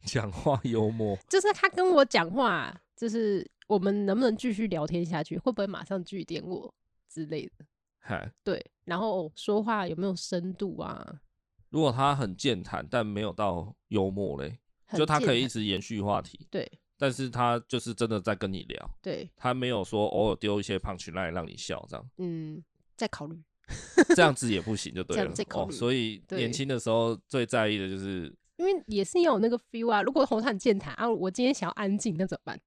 讲话幽默，
就是他跟我讲话，就是我们能不能继续聊天下去，会不会马上据点我之类的。
嗨，
对，然后说话有没有深度啊？
如果他很健谈，但没有到幽默嘞，
很
就他可以一
健
直延续话题，
谈对
但是他就是真的在跟你聊，
对，
他没有说偶尔丢一些 punch line 让你笑这样，
嗯，再考虑。
这样子也不行就对
这
了
样再考
哦。
虑
所以
对
年轻的时候最在意的就是
因为也是要有那个 feel 啊，如果红毯健谈啊，我今天想要安静，那怎么办？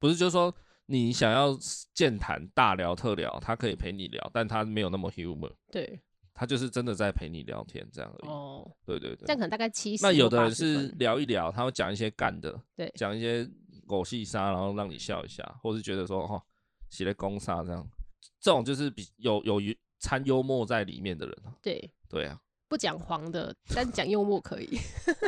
不是就是说你想要健谈大聊特聊，他可以陪你聊，但他没有那么 humor，
对，
他就是真的在陪你聊天这样而已。
哦，
对对
这样
对
可。能大概七十。
那有的人是聊一聊，他会讲一些干的，
对
讲一些狗戏杀，然后让你笑一下，或是觉得说哦，写了攻杀这样，这种就是比有有幽掺幽默在里面的人啊，
对
对啊
不讲黄的，但讲幽默可以，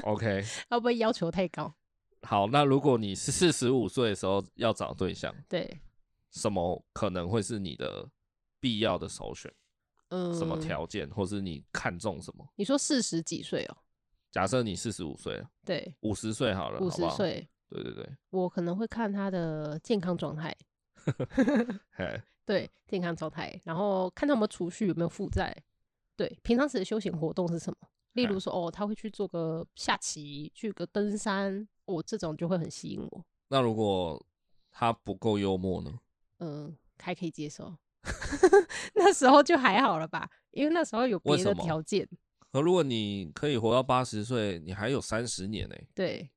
，OK，
要不会要求太高？
好，那如果你是四十五岁的时候要找对象，
对，
什么可能会是你的必要的首选？
嗯，
什么？条件，或是你看中什么？
你说四十几岁哦？
假设你四十五岁，
对，
五十岁好了，
五
好
十
不好，
岁，
对对对，
我可能会看他的健康状态，
嘿，
对，健康状态，然后看他有没有储蓄，有没有负债，对，平常时的休闲活动是什么？例
嗯
如说，哦，他会去做个下棋，去个登山，我、这种就会很吸引我，
那如果他不够幽默呢？
嗯，还可以接受。 那时候就还好了吧，因为那时候有
为
别
什
的
么
条件，
可如果你可以活到八十岁，你还有三十年呢、欸
对，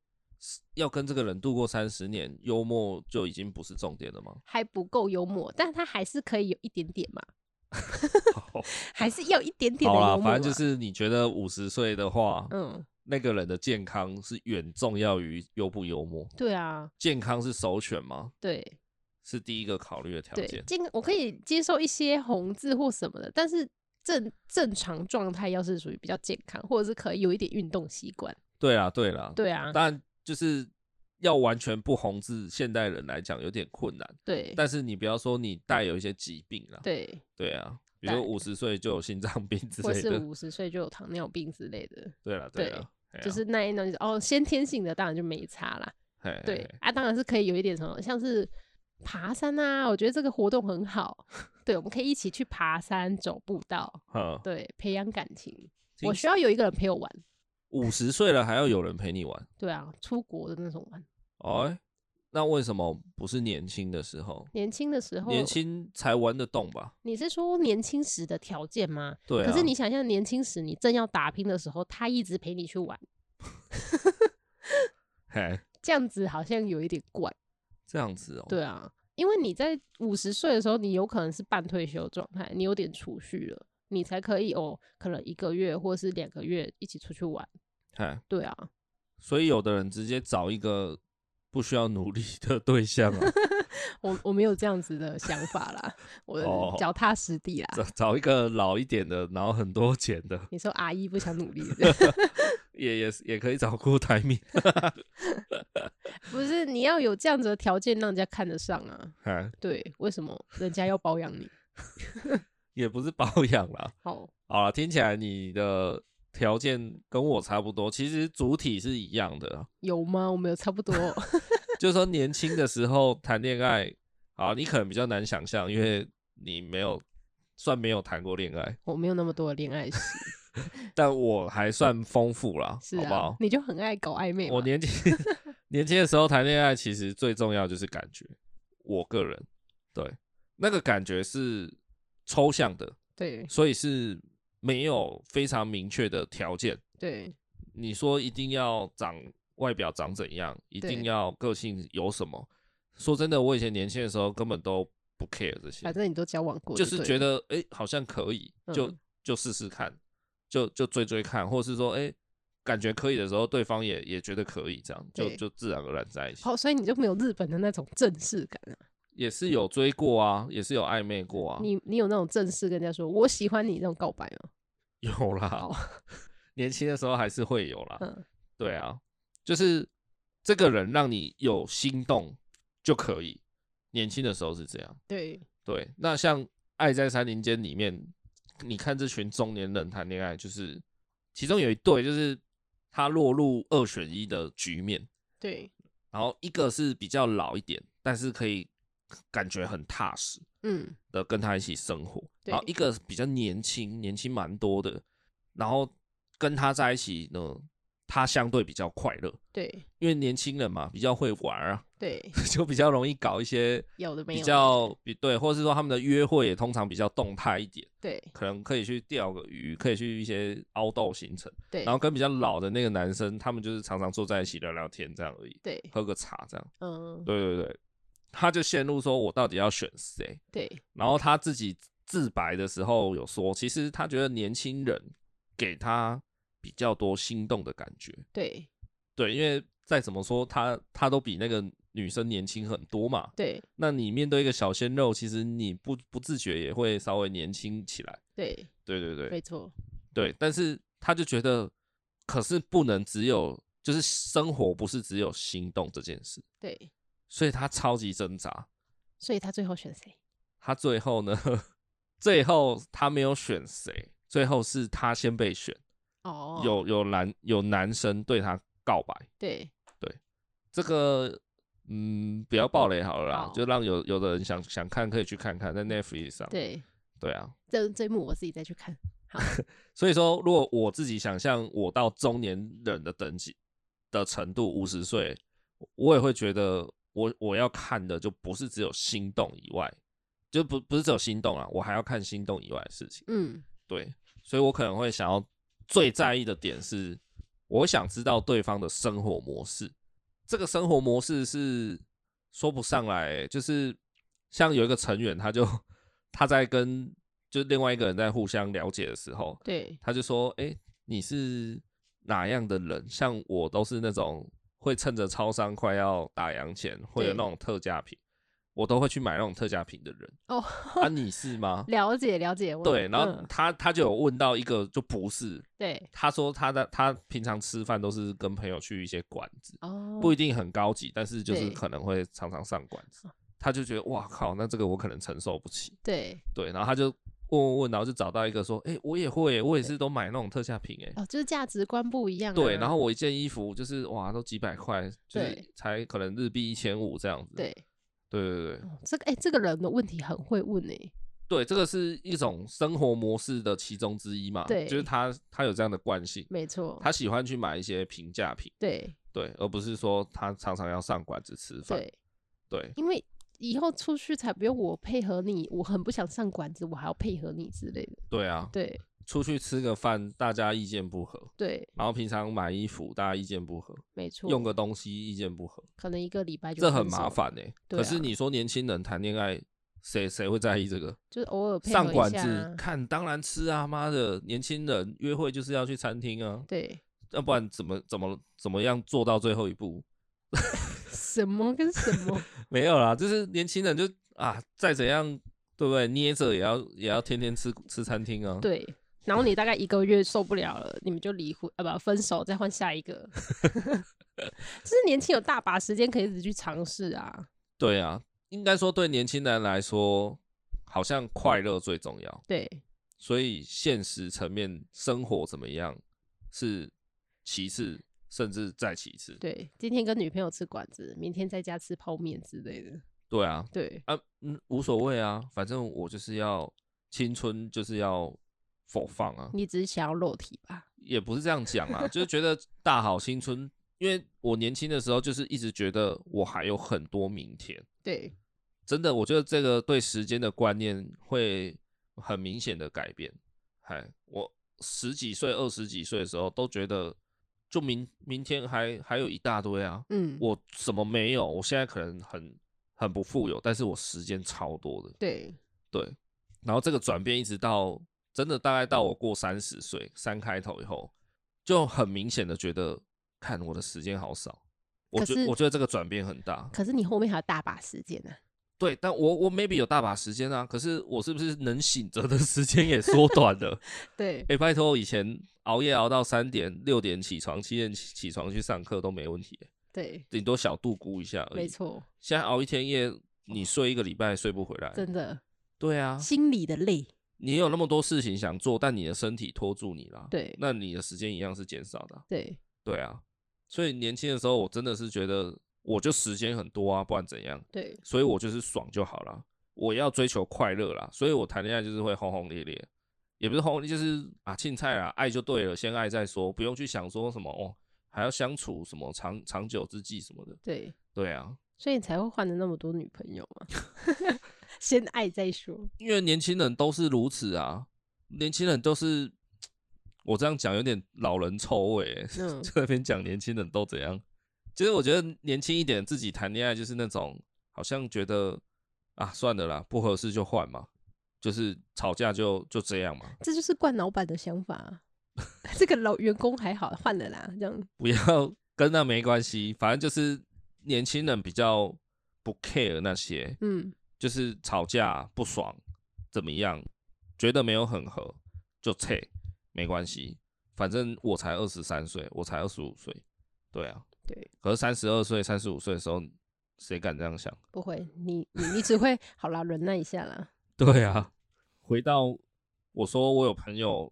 要跟这个人度过三十年，幽默就已经不是重点了 吗？
还不够幽默，但他还是可以有一点点嘛， 还是要一点点的
好
幽
啦，
默嘛。
反正就是你觉得五十岁的话，
嗯，
那个人的健康是远重要于幽不幽默，
对啊，
健康是首选吗？
对
是第一个考虑的条
对，
件。
健我可以接受一些红字或什么的，但是正正常状态要是属于比较健康，或者是可以有一点运动习惯。
对啦，对啦，
对啊，
当然就是要完全不红字，现代人来讲有点困难。
对
但是你不要说你带有一些疾病啦，
对，
对啊，比如说
带
五十岁就有心脏病之
或
类
是
的，
五十岁就有糖尿病之类的，
对啦，
对
啦，哎呀
就是那一种哦，先天性的当然就没差啦。
嘿
对，啊，当然是可以有一点什么，像是爬山啊，我觉得这个活动很好。 对，我们可以一起去爬山、走步道，
哈，
对，培养感情。
听
我需要有一个人陪我玩，
五十岁了还要有人陪你玩，
对啊，出国的那种玩。
哦、哎那为什么不是年轻的时候？
年轻的时候，
年轻才玩得动吧？
你是说年轻时的条件吗？
对啊，
可是你想象年轻时你正要打拼的时候，他一直陪你去玩，
嘿，
这样子好像有一点怪。
这样子哦、
对啊，因为你在五十岁的时候，你有可能是半退休状态，你有点储蓄了，你才可以哦，可能一个月或是两个月一起出去玩。
哎，
对啊，
所以有的人直接找一个不需要努力的对象 啊，
我我没有这样子的想法啦，我
哦
脚踏实 地啦。
找找一个老一点的，然后很多钱的，
你说阿姨不想努力是不是，
也也是也可以找郭台铭。
不是你要有这样子的条件让人家看得上啊？
哎，
对，为什么人家要包养你？
也不是保养啦。
好，
好了，听起来你的条件跟我差不多，其实主体是一样的啊，
有吗？我们有差 不多
就是说年轻的时候谈恋爱，啊，你可能比较难想象，因为你没有算没有谈过恋爱，
我没有那么多的恋爱史，
但我还算丰富啦，
是
好不
啊
好，？
你就很爱搞暧昧嘛。
我年 轻年轻的时候谈恋爱，其实最重要就是感觉，我个人对那个感觉是抽象的，
对
所以是没有非常明确的条件。
对
你说一定要长外表长怎样，一定
对
要个性有什么？说真的，我以前年轻的时候根本都不 care 这些
反，正你都交往过
就
对
是
了，
觉得哎、诶好像可以，就、
嗯
就试试看，就就追追看，或是说哎、诶感觉可以的时候，对方也也觉得可以，这样就
对
就自然而然在一起。
哦，所以你就没有日本的那种正式感啊？
也是有追过啊，也是有暧昧过啊，
你你有那种正式跟人家说我喜欢你那种告白吗？
有啦， 年轻的时候还是会有啦。
嗯，
对啊，就是这个人让你有心动就可以。年轻的时候是这样，
对
对。那像《爱在山林间》里面，你看这群中年人谈恋爱，就是其中有一对，就是他落入二选一的局面，
对，
然后一个是比较老一点，但是可以感觉很踏实
嗯，
的跟他一起生活，
对
然后一个比较年轻，年轻蛮多的，然后跟他在一起呢，他相对比较快乐，
对
因为年轻人嘛，比较会玩儿啊，
对，
就比较容易搞一些
有的没有
比
的
较比对，或是说他们的约会也通常比较动态一点，
对
可能可以去钓个鱼，可以去一些凹斗行程，
对，
然后跟比较老的那个男生，他们就是常常坐在一起聊聊天这样而已，
对
喝个茶这样。
嗯
对对对，他就陷入说我到底要选谁，
对
然后他自己自白的时候有说，其实他觉得年轻人给他比较多心动的感觉，
对
对，因为再怎么说，他他都比那个女生年轻很多嘛。
对
那你面对一个小鲜肉，其实你不不自觉也会稍微年轻起来。
对，
对对对
没错，
对，但是他就觉得，可是不能只有就是生活不是只有心动这件事，
对，
所以他超级挣扎。
所以他最后选谁？
他最后呢， 最后他没有选谁，最后是他先被选，
哦，
有有男有男生对他告白。
对
这个嗯，不要暴雷好了啦
好，
就让有有的人想想看可以去看看，在 Netflix 上。
对，
对啊，
这这一幕我自己再去看。
所以说，如果我自己想象我到中年人的等级的程度，五十岁，我也会觉得我我要看的就不是只有心动以外，就不不是只有心动啊，我还要看心动以外的事情。
嗯，
对，所以我可能会想要最在意的点是，我想知道对方的生活模式。这个生活模式是说不上来欸、就是像有一个成员，他就他在跟就另外一个人在互相了解的时候，
对
他就说：“哎、你是哪样的人？像我都是那种会趁着超商快要打烊前，会有
对
那种特价品，我都会去买那种特价品的人。
哦，
啊，你是吗？
了解了解。我
对，然后
嗯
他他就有问到一个，就不是，
对
他说他的他平常吃饭都是跟朋友去一些馆子，
哦，
不一定很高级，但是就是
对哦
可能会常常上馆子，他就觉得哇靠，那这个我可能承受不起，
对
对，然后他就问问问，然后就找到一个说，哎、我也会，我也是都买那种特价品、诶，哎。
哦，就是价值观不一样啊。
对，然后我一件衣服就是哇，都几百块，就是
对
才可能日币一千五这样子。
对
对对对
哦这个哎，这个人的问题很会问哎。
对，这个是一种生活模式的其中之一嘛，
对
就是他他有这样的惯性。
没错，
他喜欢去买一些平价品，
对
对，而不是说他常常要上馆子吃饭，
对，
对
因为以后出去才不用我配合你，我很不想上馆子，我还要配合你之类的。
对啊，
对
出去吃个饭，大家意见不合，
对，
然后平常买衣服大家意见不合，
没错，
用个东西意见不合，
可能一个礼拜就
这很
分手
麻
了，
烦呢、欸
对
可是
啊
你说年轻人谈恋爱，谁谁会在意这个？
就是偶尔配合
上
一
馆
下
子
啊
看，当然吃啊！妈的，年轻人约会就是要去餐厅啊，
对，
要不然怎么怎么怎么样做到最后一步？
什么跟什么
没有啦，就是年轻人就啊，再怎样，对不对？捏着也要也要天天吃吃餐厅啊。
对，然后你大概一个月受不了了，你们就离婚啊，不分手，再换下一个。 就是年轻有大把时间可以一直去尝试啊，
对啊，应该说对年轻人来说，好像快乐最重要，
对，
所以现实层面生活怎么样是其次，甚至再其次。
对，今天跟女朋友吃馆子，明天在家吃泡面之类的。
对啊，
对，
啊，嗯，无所谓啊，反正我就是要青春，就是要否放啊，
你只是想要肉体吧？
也不是这样讲啊，就是觉得大好青春，因为我年轻的时候就是一直觉得我还有很多明天，
对，
真的，我觉得这个对时间的观念会很明显的改变。嗨，我十几岁、二十几岁的时候都觉得，就明明天还还有一大堆啊，
嗯，
我什么没有？我现在可能很很不富有，但是我时间超多的。
对，
对，然后这个转变一直到真的大概到我过三十岁三开头以后，就很明显的觉得，看我的时间好少。我
可
觉
是
我觉得这个转变很大，
可是你后面还有大把时间呢、啊
对，但我我 maybe 有大把时间啊，可是我是不是能醒着的 时间也缩短了？
对，
哎、拜托，以前熬夜熬到三点、六点起床、七点起起床去上课都没问题、
对，
顶多小度估一下而
没
已。
错，
现在熬一天夜，你睡一个礼拜睡不回来。
真的，
对啊，
心里的累。
你有那么多事情想做，但你的身体拖住你啦。
对
那你的时间一样是减少的啊。
对，
对啊，所以年轻的时候，我真的是觉得我就时间很多啊，不然怎样？
对，
所以我就是爽就好啦，我要追求快乐啦，所以我谈恋爱就是会轰轰烈烈，也不是轰，就是啊，青菜啦，爱就对了，先爱再说，不用去想说什么哦，还要相处什么长长久之计什么的。
对，
对啊，
所以你才会换了那么多女朋友 嘛。先爱再说。
因为年轻人都是如此啊，年轻人都是，我这样讲有点老人臭味、欸，
嗯
在那边讲年轻人都怎样。其实我觉得年轻一点自己谈恋爱就是那种好像觉得啊算了啦，不合适就换嘛，就是吵架就就这样嘛，
这就是惯老板的想法啊、 这个老员工还好，换了啦，这样
不要跟那没关系，反正就是年轻人比较不 care 那些，
嗯，
就是吵架不爽怎么样，觉得没有很合就撤，没关系，反正我才二十三岁，我才二十五岁，对啊，
对，
可是三十二岁、三十五岁的时候，谁敢这样想？
不会，你你你只会好啦，忍耐一下啦。
对啊，回到我说我有朋友，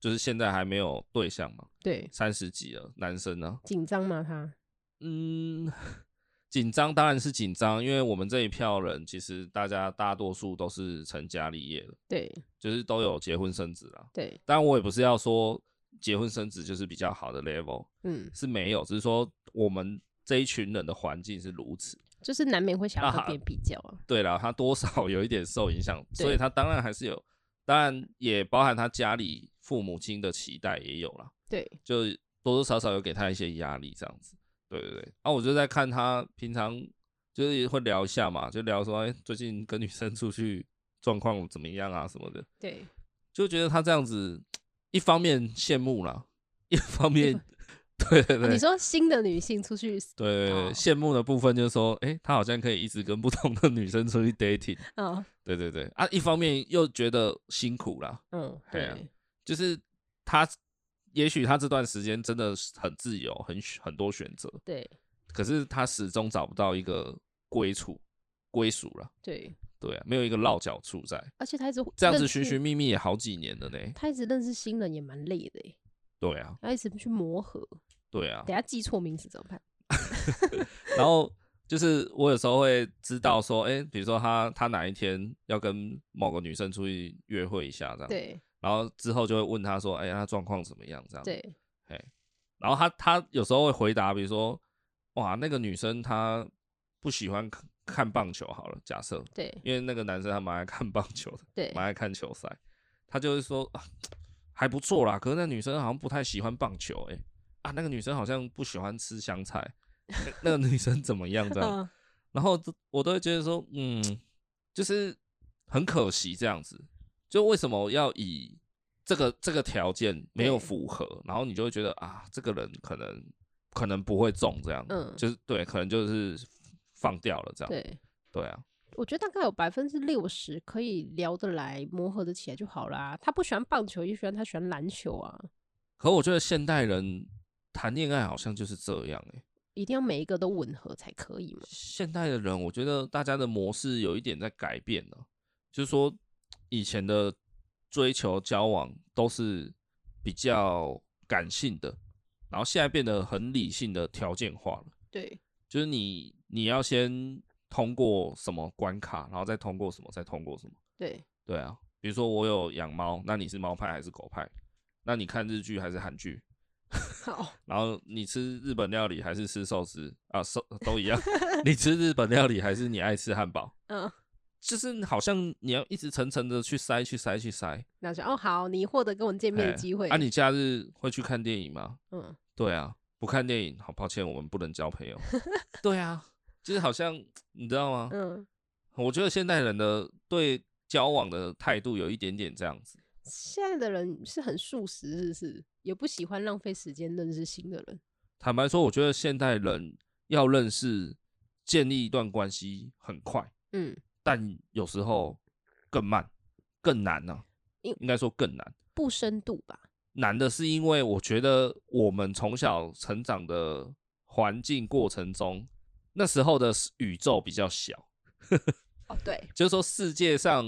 就是现在还没有对象嘛，
对，
三十几了，男生呢、
紧张吗？他
嗯， 紧张当然是紧张，因为我们这一票人其实大家大多数都是成家立业了，
对
就是都有结婚生子啦。
对，
当然我也不是要说结婚生子就是比较好的 level，
嗯，
是没有，只是说我们这一群人的环境是如此。
就是难免会想要
啊
跟别人比较啊。
对了，他多少 有一点受影响，所以
对
他当然还是有，当然也包含他家里父母亲的期待也有啦，
对，
就多多少少有给他一些压力这样子。对对对，啊，我就在看他平常就是会聊一下嘛，就聊说，哎，最近跟女生出去状况怎么样啊什么的，
对，
就觉得他这样子，一方面羡慕啦，一方面， 对对对，
哦啊你说新的女性出去，
对对对
哦
羡慕的部分就是说，哎，他好像可以一直跟不同的女生出去 dating。
啊，
对对对，啊，一方面又觉得辛苦啦，
嗯，
嘿啊
对，
就是他，也许他这段时间真的是很自由，很选很多选择，
对
可是他始终找不到一个归处、归属啦。
对，
对啊，没有一个落脚处在，
而且他一直
这样子
认
寻
识
寻，觅觅也好几年了呢。
他一直认识新人也蛮累的耶，
对啊，
他一直去磨合，
对啊。
等下记错名字怎么办？
然后就是我有时候会知道说，哎，比如说他他哪一天要跟某个女生出去约会一下这样，。
对
然后之后就会问他说，哎，他状况怎么样这样？。
对
然后他他有时候会回答，比如说，哇，那个女生她不喜欢看看棒球，好了，假设，
对
因为那个男生他蛮爱看棒球的，
对
蛮爱看球赛，他就会说，啊还不错啦。可是那女生好像不太喜欢棒球、欸，哎啊，那个女生好像不喜欢吃香菜，那那个女生怎么样这样？
嗯，
然后这我都会觉得说，嗯，就是很可惜这样子。就为什么要以这个这个条件没有
对
符合，然后你就会觉得啊，这个人可能可能不会中这样，
嗯
就是对，可能就是放掉了这样，
对，
对啊，
我觉得大概有百分之六十可以聊得来、磨合得起来就好啦。他不喜欢棒球，也喜欢他喜欢篮球啊，
可我觉得现代人谈恋爱好像就是这样、欸，
一定要每一个都吻合才可以嘛。
现代的人，我觉得大家的模式有一点在改变了，就是说以前的追求交往都是比较感性的，然后现在变得很理性的条件化了，
对，
就是你你要先通过什么关卡，然后再通过什么，再通过什么，
对，
对啊，比如说我有养猫，那你是猫派还是狗派？那你看日剧还是韩剧？
好，
然后你吃日本料理还是吃寿司啊，寿都一样。 你吃日本料理还是你爱吃汉堡？
嗯，
就是好像你要一直层层的去筛、去筛、去筛。
那就哦好，你获得跟我见面的
哎
机会。
啊，你假日会去看电影吗？
嗯，
对啊，不看电影，好抱歉，我们不能交朋 友。对啊，就是好像你知道吗？
嗯，
我觉得现代人的对交往的态度有一点点这样子。
现在的人是很素食，是不是？也不喜欢浪费时间认识新的人。
坦白说，我觉得现代人要认识、建立一段关系很快。
嗯，
但有时候更慢、更难呢、
因
应该说更难。
不深度吧。
难的是因为我觉得我们从小成长的环境过程中，那时候的宇宙比较小，
哦，对，
就是说世界上，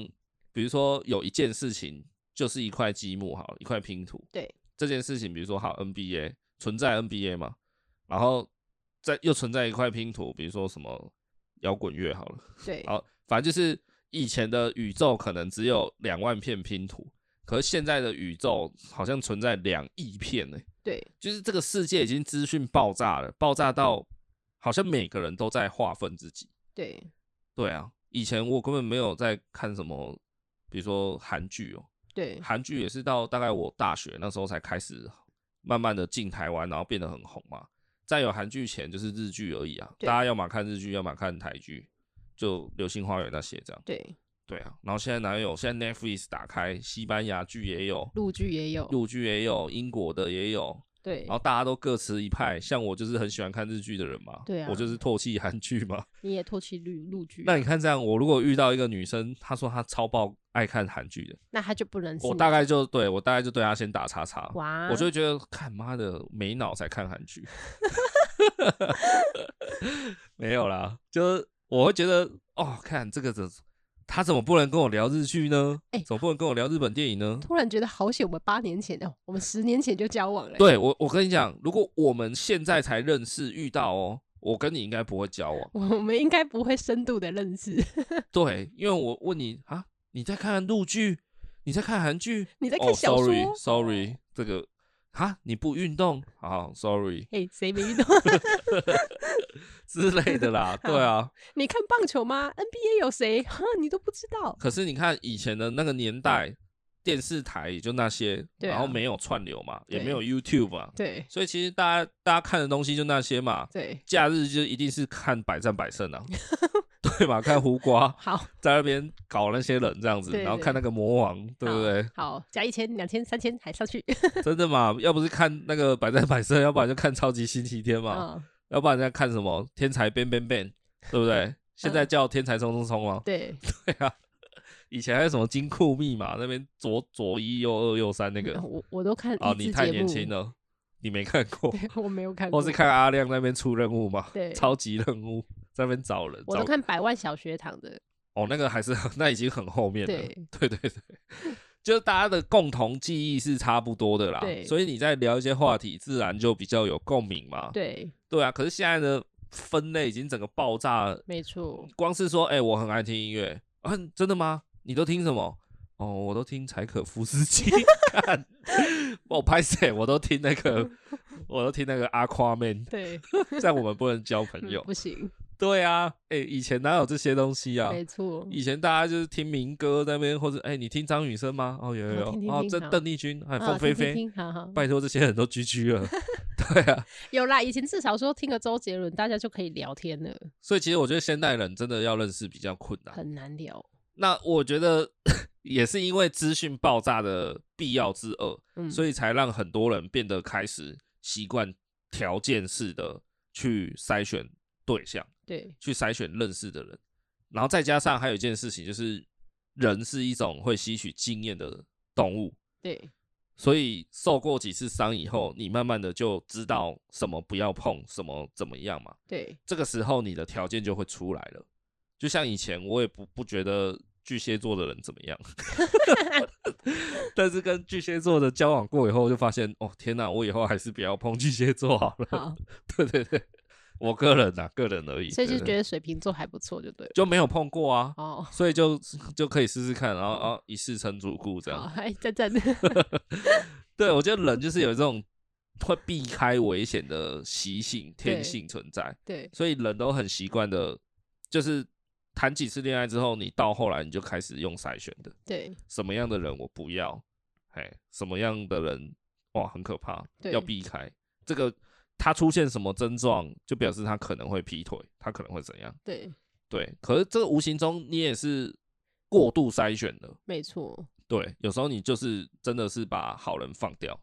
比如说有一件事情，就是一块积木，好了，一块拼图。
对，
这件事情，比如说好 NBA 存在 NBA 嘛，然后再又存在一块拼图，比如说什么摇滚乐好了。
对，
好，反正就是以前的宇宙可能只有两万片拼图，可是现在的宇宙好像存在两亿片呢、
对，
就是这个世界已经资讯爆炸了，爆炸到好像每个人都在划分自己。
对，
对啊，以前我根本没有在看什么，比如说韩剧哦，
对，
韩剧也是到大概我大学那时候才开始慢慢的进台湾，然后变得很红嘛。再有韩剧前就是日剧而已啊，
对
大家要么看日剧，要么看台剧，就《流星花园》那些这样。
对，
对啊，然后现在哪有？现在 Netflix 打开，西班牙剧也有，
陆剧也有，
陆剧也有，英国的也有，
对
然，后大家都各持一派。像我就是很喜欢看日剧的人嘛，
对啊
我就是唾弃韩剧嘛。
你也唾弃陆陆剧，
那你看这样，我如果遇到一个女生，她说她超爆爱看韩剧的，
那他就不能是
我
你
大概就对我大概就对她先打叉叉，
哇，
我就会觉得看妈的没脑才看韩 剧，没有啦，就是我会觉得哦，看这个怎他怎么不能跟我聊日剧呢？
哎
怎么不能跟我聊日本电影呢？
突然觉得好险，我们八年前哦，我们十年前就交往了。，
对我，我跟你讲，如果我们现在才认识遇到哦，我跟你应该不会交往。
我们应该不会深度的认识。
对，因为我问你啊，你在看陆剧，你在看韩剧，
你在
哦
看小说？
，sorry，sorry，这个啊，你不运动，好，sorry
哎、谁没遇到？
之类的啦，对啊。
你看棒球吗？NBA 有谁？ 哈，你都不知道。
可是你看以前的那个年代，电视台也就那些，
嗯对啊
然后没有串流嘛，也
对
没有 YouTube 嘛，
对
所以其实大家大家看的东西就那些嘛。
对，
假日就一定是看百战百 胜啊，对吧？看胡瓜
好，
在那边搞那些人这样子，
对
然后
对
看那个魔王，对不对？
好，加一千、两千、三千，还上去。
真的嘛？要不是看那个百战百胜，要不然就看超级星期天嘛，
嗯，
要不然在看什么天才 bang bang bang，对不
嗯
对？现在叫天才冲冲冲吗？
对，
对啊，以前还有什么金库密码那边左左一右二右三那 个
我我都看
啊，
益
你
智
太
节
年
目
轻，了，你没看过，
对我没有看过，
或是看阿亮那边出任务嘛，
对
超级任务在那边找人，
我都
找
看百万小学堂的，
哦，那个还是那已经很 后面了，
对
对对对，就是大家的共同记忆是差不多的啦，
对
所以你在聊一些话题，自然就比较有共鸣嘛，
对，
对啊，可是现在的分类已经整个爆炸了，
没错，
光是说，哎、我很爱听音乐啊，真的吗？你都听什么？哦，我都听柴可夫斯 基，看，我拍谁？我都听那个，我都听那个阿夸 man，
对，
这样我们不能交朋
嗯
友。
不行，
对啊，哎、以前哪有这些东西啊？
没错，
以前大家就是听民歌在那边，或者哎、你听张雨生吗？哦，有有
好
有，
听听
哦
听，
这
好
邓丽君，还有
啊
凤飞
听
飞，
听听好好
拜托这些人都居居了， 对啊，
有啦，以前至少说听个周杰伦，大家就可以聊天了，
所以其实我觉得现代人真的要认识比较困难。
很难聊。
那我觉得 也是因为资讯爆炸的必要之二，
嗯，
所以才让很多人变得开始习惯条件式的去筛选对象，
对，
去筛选认识的人。然后再加上还有一件事情，就是人是一种会吸取经验的动物，
对，
所以受过几次伤以后，你慢慢的就知道什么不要碰，什么怎么样嘛。
对，
这个时候你的条件就会出来了。就像以前我也不不觉得巨蟹座的人怎么 样，但是跟巨蟹座的交往过以后，就发现哦天哪，我以后还是不要碰巨蟹座好了。
好，
对对对，我个人呐、啊，个人而已，
所以就
对对
觉得水瓶座还不错，就对了。
就没有碰过啊，
哦，
所以就就可以试试看，然后啊一试成主顾这
好
样。，
哎，赞赞，
对，我觉得人就是有这种会避开危险的习性
对
天性存在。
对，
所以人都很习惯的，就是谈几次恋爱之后，你到后来你就开始用筛选的，
对，
什么样的人我不要，哎，什么样的人哇很可怕，
对
要避开。这个他出现什么症状，就表示他可能会劈腿，他可能会怎样？
对，
对，可是这个无形中你也是过度筛选的，
没错，
对，有时候你就是真的是把好人放掉。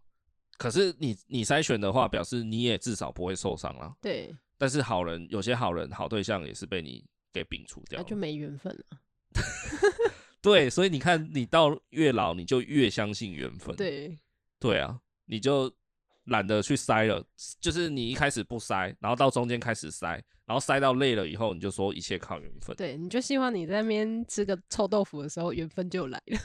可是你你筛选的话，表示你也至少不会受伤啦、
对，
但是好人有些好人好对象也是被你给摒除掉了、
那就没缘分了。
对，所以你看，你到越老你就越相信缘分。
对，
对啊，你就懒得去筛了，就是你一开始不筛，然后到中间开始筛，然后筛到累了以后，你就说一切靠缘分。
对，你就希望你在那边吃个臭豆腐的时候，缘分就来了。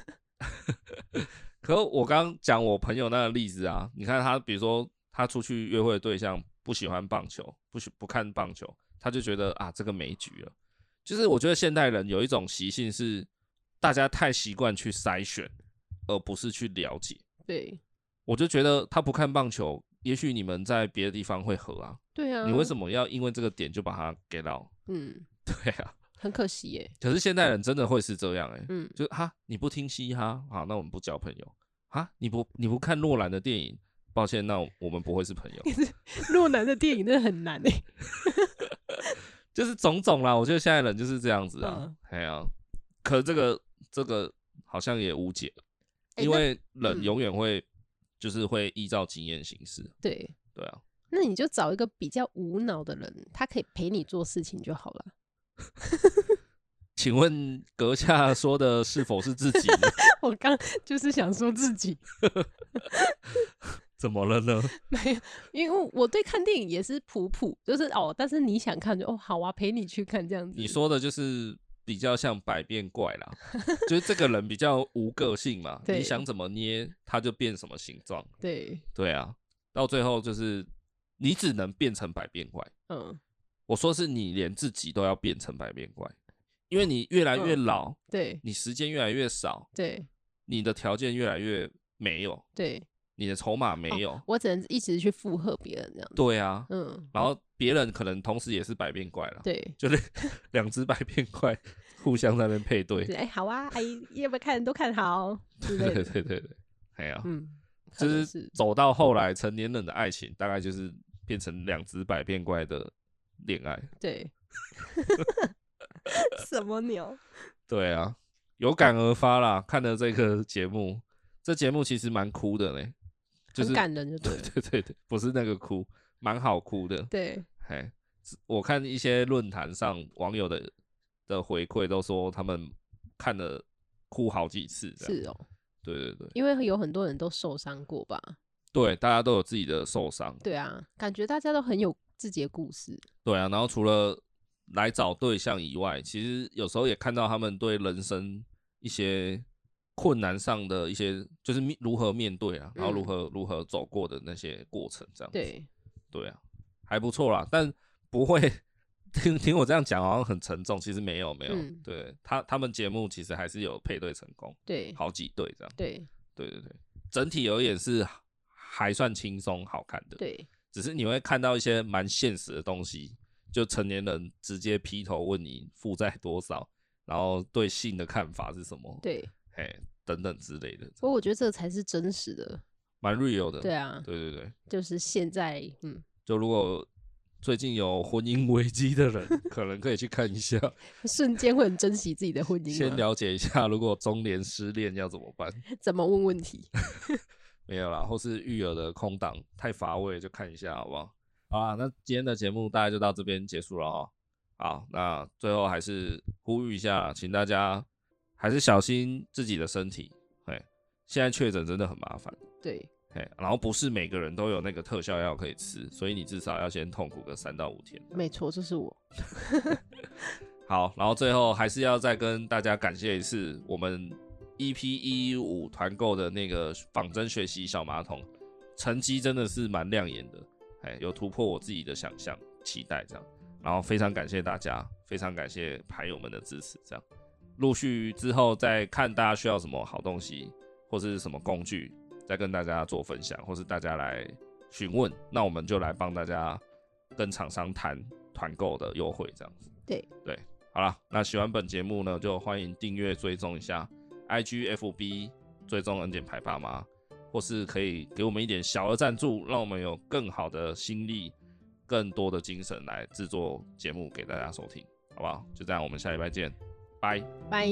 可我刚刚讲我朋友那个例子啊，你看他，比如说他出去约会的对象不喜欢棒球，不喜不看棒球，他就觉得啊这个没局了。就是我觉得现代人有一种习性是，大家太习惯去筛选，而不是去了解。
对，
我就觉得他不看棒球，也许你们在别的地方会合啊，
对啊，
你为什？么要因为这个点就把他给到？
嗯，
对啊，
很可惜耶。
可是现代人真的会是这样哎、
嗯，
就是哈，你不听嘻哈，好，那我们不交朋友；哈，你不你不看诺兰的电影，抱歉，那我们不会是朋友。
洛南的电影真的很难欸诶。
就是种种啦，我觉得现在人就是这样子啊
嗯，
哎呀、可这个这个好像也无解，
哎
因为人
嗯
永远会、就是会依照经验行事，
对，
对啊，
那你就找一个比较无脑的人，他可以陪你做事情就好了。
请问阁下说的是否是自己呢？
我刚就是想说自己
怎么了呢？
没有，因为我对看电影也是普普，就是哦，但是你想看就哦好啊，陪你去看这样子。
你说的就是比较像百变怪啦，就是这个人比较 无个性嘛，
对
你想怎么捏他就变什么形状。
对，
对啊，到最后就是你只能变成百变怪。
嗯，
我说是你连自己都要变成百变怪，因为你越来越老，
对
你时间越来越少，
对
你的条件越来越没有，
对，
你的筹码没有。
我只能一直去附和别人这样子。
对啊，
嗯，
然后别人可能同时也是百变怪啦，
对。
就是两只百变怪 互相在那边配 对。
对，哎、好啊，阿姨，要不要看都 看好之类
对
的。
对对对，哎呀、
嗯，可
就
能嗯
是走到后来，成年人的爱情大概就是变成两只百变怪的恋爱。
对，什么鸟？
对啊，有感而发啦，看了这个节目，这节目其实蛮哭的嘞，就是
很感欸人就
对
对了。
对对对，不是那个哭，蛮好哭的。
对，
嘿，我看一些论坛上网友的的回馈都说他们看了哭好几次这样。
是哦，
对对对
因为有很多人都受伤过吧？
对，大家都有自己的受伤。
对啊，感觉大家都很有自己的故事。
对啊，然后除了来找对象以外，其实有时候也看到他们对人生一些困难上的一些，就是面如何面对啊，然后如何、如何走过的那些过程，这样子
嗯对，
对啊，还不错啦，但不会听听我这样讲好像很沉重，其实没有没有，
嗯
对他他们节目其实还是有配对成功，
对，
好几对这样，
对，
对对对，整体而言是还算轻松好看的，
对，
只是你会看到一些蛮现实的东西，就成年人直接劈头问你负债多少，然后对性的看法是什么，
对，
嘿，等等之类的，
所以我觉得这才是真实的。
蛮 real 的。
对啊，
对对对，
就是现在，嗯，
就如果最近有婚姻危机的 人，可能可以去看一下，
瞬间会很珍惜自己的婚姻吗。
先了解一下，如果中年失恋要怎么办？
怎么问问题？
没有啦，或是育儿的空档太乏味，就看一下好不好？好啦，那今天的节目大概就到这边结束了哈。好，那最后还是呼吁一下，请大家还是小心自己的身体。嘿，现在确诊真的很麻烦。
对，
嘿，然后不是每个人都有那个特效药可以吃，所以你至少要先痛苦个三到五天。
没错，这是我。
好，然后最后还是要再跟大家感谢一次我们 EP 一五团购的那个仿真学习小马桶，成绩真的是蛮亮眼的，哎，有突破我自己的想象期待这样。然后非常感谢大家，非常感谢牌友们的支持，这样陆续之后再看大家需要什么好东西或是什么工具，再跟大家做分享，或是大家来询问，那我们就来帮大家跟厂商谈团购的优惠这样子。
对
对，好啦，那喜欢本节目呢，就欢迎订阅追踪一下 IGFB 追踪恩典牌爸妈，或是可以给我们一点小额赞助，让我们有更好的心力、更多的精神来制作节目给大家收听，好不好？就这样，我们下礼拜见，拜。
拜。